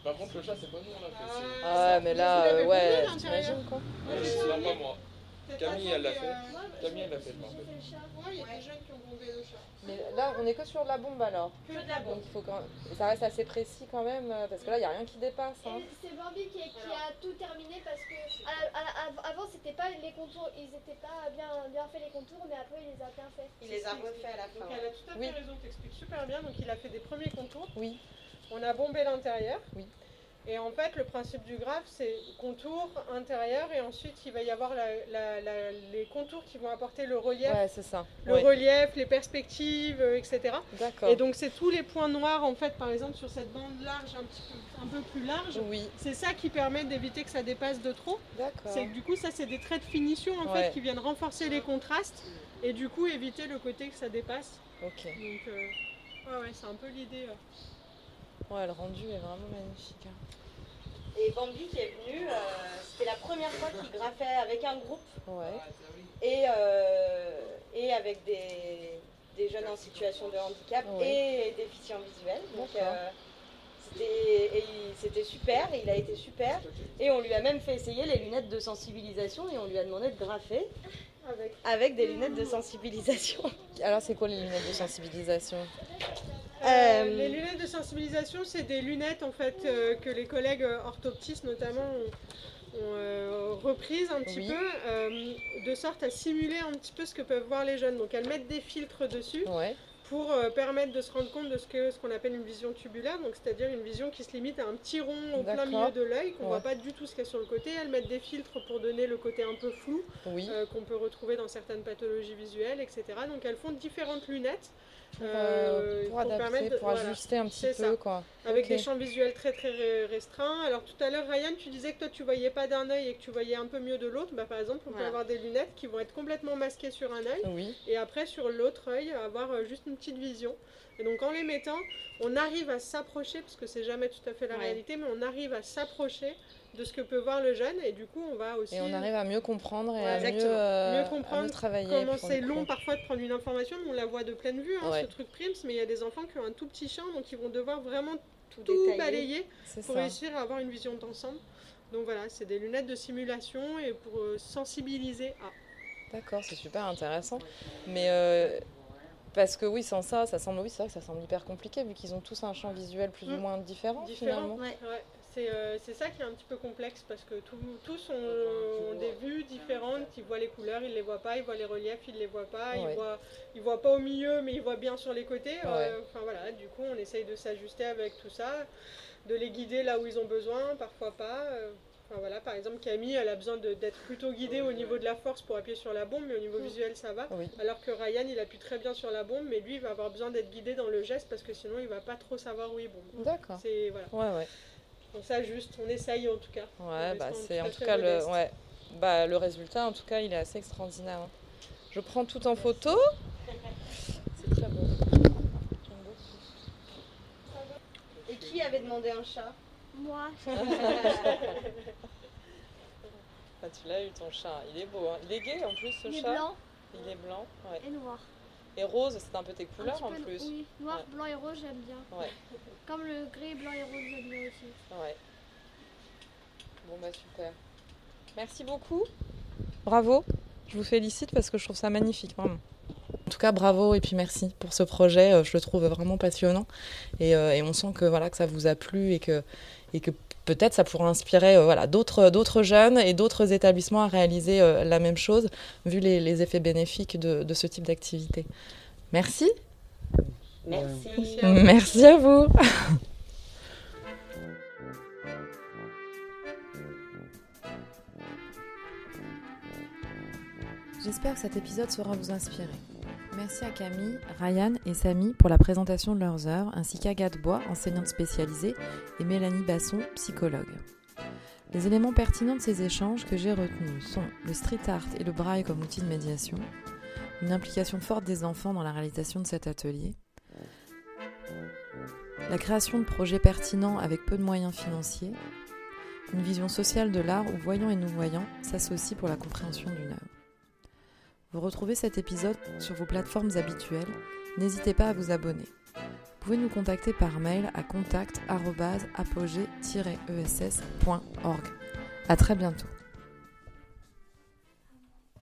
Speaker 5: Bah,
Speaker 3: Par contre, le chat, c'est pas nous, on l'a fait. c'est-
Speaker 1: Ah
Speaker 5: ça,
Speaker 1: mais
Speaker 5: vous
Speaker 1: là,
Speaker 5: l'avez
Speaker 1: euh, ouais,
Speaker 5: voulu, l'intérieur.
Speaker 1: t'imagines quoi
Speaker 5: Moi, j'ai
Speaker 3: C'est
Speaker 5: fait
Speaker 3: pas
Speaker 5: un-
Speaker 3: moi.
Speaker 5: peut-être
Speaker 3: Camille,
Speaker 5: pas
Speaker 3: elle l'a
Speaker 5: mais,
Speaker 3: fait.
Speaker 5: euh, moi, je-
Speaker 3: Camille, elle l'a fait. moi.
Speaker 2: J'ai fait le chat.
Speaker 5: Moi, il y a des jeunes qui ont bombé le chat.
Speaker 1: Mais là, on est que sur la bombe alors.
Speaker 5: Que de la bombe.
Speaker 1: Donc il faut quand et ça reste assez précis quand même, euh, parce que là, il n'y a rien qui dépasse. hein.
Speaker 2: Et C'est Bambi qui, qui a tout terminé parce que à- à- av- avant c'était pas les contours, ils étaient pas bien, bien fait les contours, mais après il les a bien fait.
Speaker 8: Il les a refaits à la fin.
Speaker 5: Donc elle a tout à fait
Speaker 1: Oui.
Speaker 5: raison, t'expliques super bien. Donc il a fait des premiers contours.
Speaker 1: Oui.
Speaker 5: On a bombé l'intérieur.
Speaker 1: Oui.
Speaker 5: Et en fait, le principe du graphe, c'est contour, intérieur, et ensuite il va y avoir la- la- la- les contours qui vont apporter le relief,
Speaker 1: Ouais, c'est ça.
Speaker 5: le
Speaker 1: Ouais.
Speaker 5: relief, les perspectives, euh, etc.
Speaker 1: D'accord.
Speaker 5: Et donc c'est tous les points noirs, en fait, par exemple, sur cette bande large, un petit peu, un peu plus large.
Speaker 1: Oui,
Speaker 5: C'est ça qui permet d'éviter que ça dépasse de trop.
Speaker 1: d'accord.
Speaker 5: C'est que du coup, ça, c'est des traits de finition, en
Speaker 1: Ouais.
Speaker 5: fait, qui viennent renforcer les contrastes, et du coup, éviter le côté que ça dépasse.
Speaker 1: Ok.
Speaker 5: Donc, euh, ouais, ouais, c'est un peu l'idée. euh.
Speaker 1: Ouais, le rendu est vraiment magnifique. hein.
Speaker 8: Et Bambi qui est venu, euh, c'était la première fois qu'il graffait avec un groupe
Speaker 1: Ouais.
Speaker 8: et, euh, et avec des, des jeunes en situation de handicap et déficients visuels. Donc,
Speaker 1: D'accord.
Speaker 8: euh, c'était et il- c'était super, et il a été super. Et on lui a même fait essayer les lunettes de sensibilisation et on lui a demandé de graffer
Speaker 5: Avec.
Speaker 8: avec des lunettes de sensibilisation.
Speaker 1: Alors, c'est quoi les lunettes de sensibilisation
Speaker 5: Euh,
Speaker 8: Euh,
Speaker 5: les lunettes de sensibilisation, c'est des lunettes en fait euh, que les collègues euh, orthoptistes notamment ont, ont, euh, reprises un petit
Speaker 1: Oui.
Speaker 5: peu, euh, de sorte à simuler un petit peu ce que peuvent voir les jeunes. Donc elles mettent des filtres dessus
Speaker 1: Ouais.
Speaker 5: pour euh, permettre de se rendre compte de ce que ce qu'on appelle une vision tubulaire, donc c'est-à-dire une vision qui se limite à un petit rond au plein
Speaker 1: D'accord.
Speaker 5: milieu de l'œil, qu'on
Speaker 1: Ouais.
Speaker 5: voit pas du tout ce qu'il y a sur le côté. Elles mettent des filtres pour donner le côté un peu flou.
Speaker 1: Oui.
Speaker 5: euh, qu'on peut retrouver dans certaines pathologies visuelles, etc. Donc elles font différentes lunettes
Speaker 1: Pour,
Speaker 5: euh,
Speaker 1: euh, pour
Speaker 5: pour permettre
Speaker 1: adapter,
Speaker 5: de-
Speaker 1: pour
Speaker 5: voilà,
Speaker 1: ajuster un petit
Speaker 5: c'est
Speaker 1: peu,
Speaker 5: ça.
Speaker 1: quoi.
Speaker 5: avec
Speaker 1: Ok.
Speaker 5: des champs visuels très très re- restreints. Alors tout à l'heure Ryan, tu disais que toi tu voyais pas d'un œil et que tu voyais un peu mieux de l'autre. Bah, par exemple, on peut
Speaker 8: Voilà.
Speaker 5: avoir des lunettes qui vont être complètement masquées sur un œil
Speaker 1: Oui.
Speaker 5: et après sur l'autre œil avoir euh, juste une petite vision. Et donc en les mettant, on arrive à s'approcher, parce que c'est jamais tout à fait la
Speaker 8: Ouais.
Speaker 5: réalité, mais on arrive à s'approcher de ce que peut voir le jeune et du coup on va aussi
Speaker 1: Et on arrive à mieux comprendre et
Speaker 5: Ouais,
Speaker 1: à mieux,
Speaker 8: exactement.
Speaker 1: euh,
Speaker 5: Mieux
Speaker 1: à
Speaker 5: comprendre
Speaker 1: travailler.
Speaker 5: Comment
Speaker 1: pour
Speaker 5: c'est
Speaker 1: le
Speaker 5: long
Speaker 1: coup.
Speaker 5: parfois de prendre une information, mais on la voit de pleine vue, hein,
Speaker 1: Ouais.
Speaker 5: ce truc primes, mais il y a des enfants qui ont un tout petit champ, donc ils vont devoir vraiment
Speaker 8: Tout,
Speaker 5: tout
Speaker 8: détaillé.
Speaker 5: balayer
Speaker 1: C'est
Speaker 5: pour
Speaker 1: ça.
Speaker 5: réussir à avoir une vision d'ensemble. Donc voilà, c'est des lunettes de simulation et pour euh, sensibiliser à.
Speaker 1: D'accord, c'est super intéressant. Mais euh, parce que oui, sans ça, ça semble oui, c'est vrai que ça semble hyper compliqué vu qu'ils ont tous un champ visuel plus ou
Speaker 5: Mm.
Speaker 1: moins différent,
Speaker 5: Différent,
Speaker 1: finalement.
Speaker 8: Ouais.
Speaker 5: ouais. c'est euh, c'est ça qui est un petit peu complexe parce que tous- tous ont, ont des vues différentes, ils voient les couleurs, ils les voient pas, ils voient les reliefs, ils les voient pas,
Speaker 1: Ouais.
Speaker 5: ils, voient, ils voient pas au milieu mais ils voient bien sur les côtés. euh,
Speaker 1: Ouais.
Speaker 5: Enfin voilà, du coup on essaye de s'ajuster avec tout ça, de les guider là où ils ont besoin, parfois pas. euh, Enfin, voilà, par exemple, Camille, elle a besoin de- d'être plutôt guidée au niveau de la force pour appuyer sur la bombe, mais au niveau visuel, ça va.
Speaker 1: Oui.
Speaker 5: Alors que Ryan, il appuie très bien sur la bombe, mais lui, il va avoir besoin d'être guidé dans le geste parce que sinon, il va pas trop savoir où il bombe.
Speaker 1: D'accord.
Speaker 5: C'est voilà.
Speaker 1: Ouais, ouais.
Speaker 5: On s'ajuste, on essaye en tout cas.
Speaker 7: Ouais,
Speaker 5: On
Speaker 7: bah,
Speaker 5: reste
Speaker 7: c'est en
Speaker 5: très,
Speaker 7: tout
Speaker 5: très
Speaker 7: cas le,
Speaker 5: modeste.
Speaker 7: ouais, bah, le résultat, en tout cas, il est assez extraordinaire. hein. Je prends tout en photo. C'est très beau.
Speaker 8: Et qui avait demandé un chat
Speaker 10: Moi,
Speaker 7: Ah, tu l'as eu ton chat, il est beau, hein. il est gai en plus ce
Speaker 10: il est
Speaker 7: chat.
Speaker 10: blanc
Speaker 7: Il est blanc, ouais.
Speaker 10: et noir.
Speaker 7: Et rose, c'est un peu tes
Speaker 10: Un
Speaker 7: couleurs
Speaker 10: petit
Speaker 7: en
Speaker 10: peu-
Speaker 7: plus.
Speaker 10: Oui, noir,
Speaker 7: Ouais.
Speaker 10: blanc et rose, j'aime bien.
Speaker 7: Ouais.
Speaker 10: Comme le gris, blanc et rose, j'aime bien aussi.
Speaker 7: Ouais. Bon bah super. Merci beaucoup. Bravo. Je vous félicite parce que je trouve ça magnifique, vraiment. En tout cas, bravo et puis merci pour ce projet. Euh, Je le trouve vraiment passionnant et, euh, et on sent que voilà que ça vous a plu et que et que peut-être ça pourra inspirer euh, voilà d'autres d'autres jeunes et d'autres établissements à réaliser euh, la même chose vu les, les effets bénéfiques de, de ce type d'activité. Merci.
Speaker 8: Merci.
Speaker 5: Merci à vous.
Speaker 7: Merci à vous.
Speaker 1: J'espère que cet épisode saura vous inspirer. Merci à Camille, Ryan et Samy pour la présentation de leurs œuvres, ainsi qu'Agathe Bois, enseignante spécialisée, et Mélanie Basson, psychologue. Les éléments pertinents de ces échanges que j'ai retenus sont le street art et le braille comme outil de médiation, une implication forte des enfants dans la réalisation de cet atelier, la création de projets pertinents avec peu de moyens financiers, une vision sociale de l'art où voyants et non-voyants s'associent pour la compréhension d'une œuvre. Vous retrouvez cet épisode sur vos plateformes habituelles. N'hésitez pas à vous abonner. Vous pouvez nous contacter par mail à contact@apogée-ess.org. À très bientôt.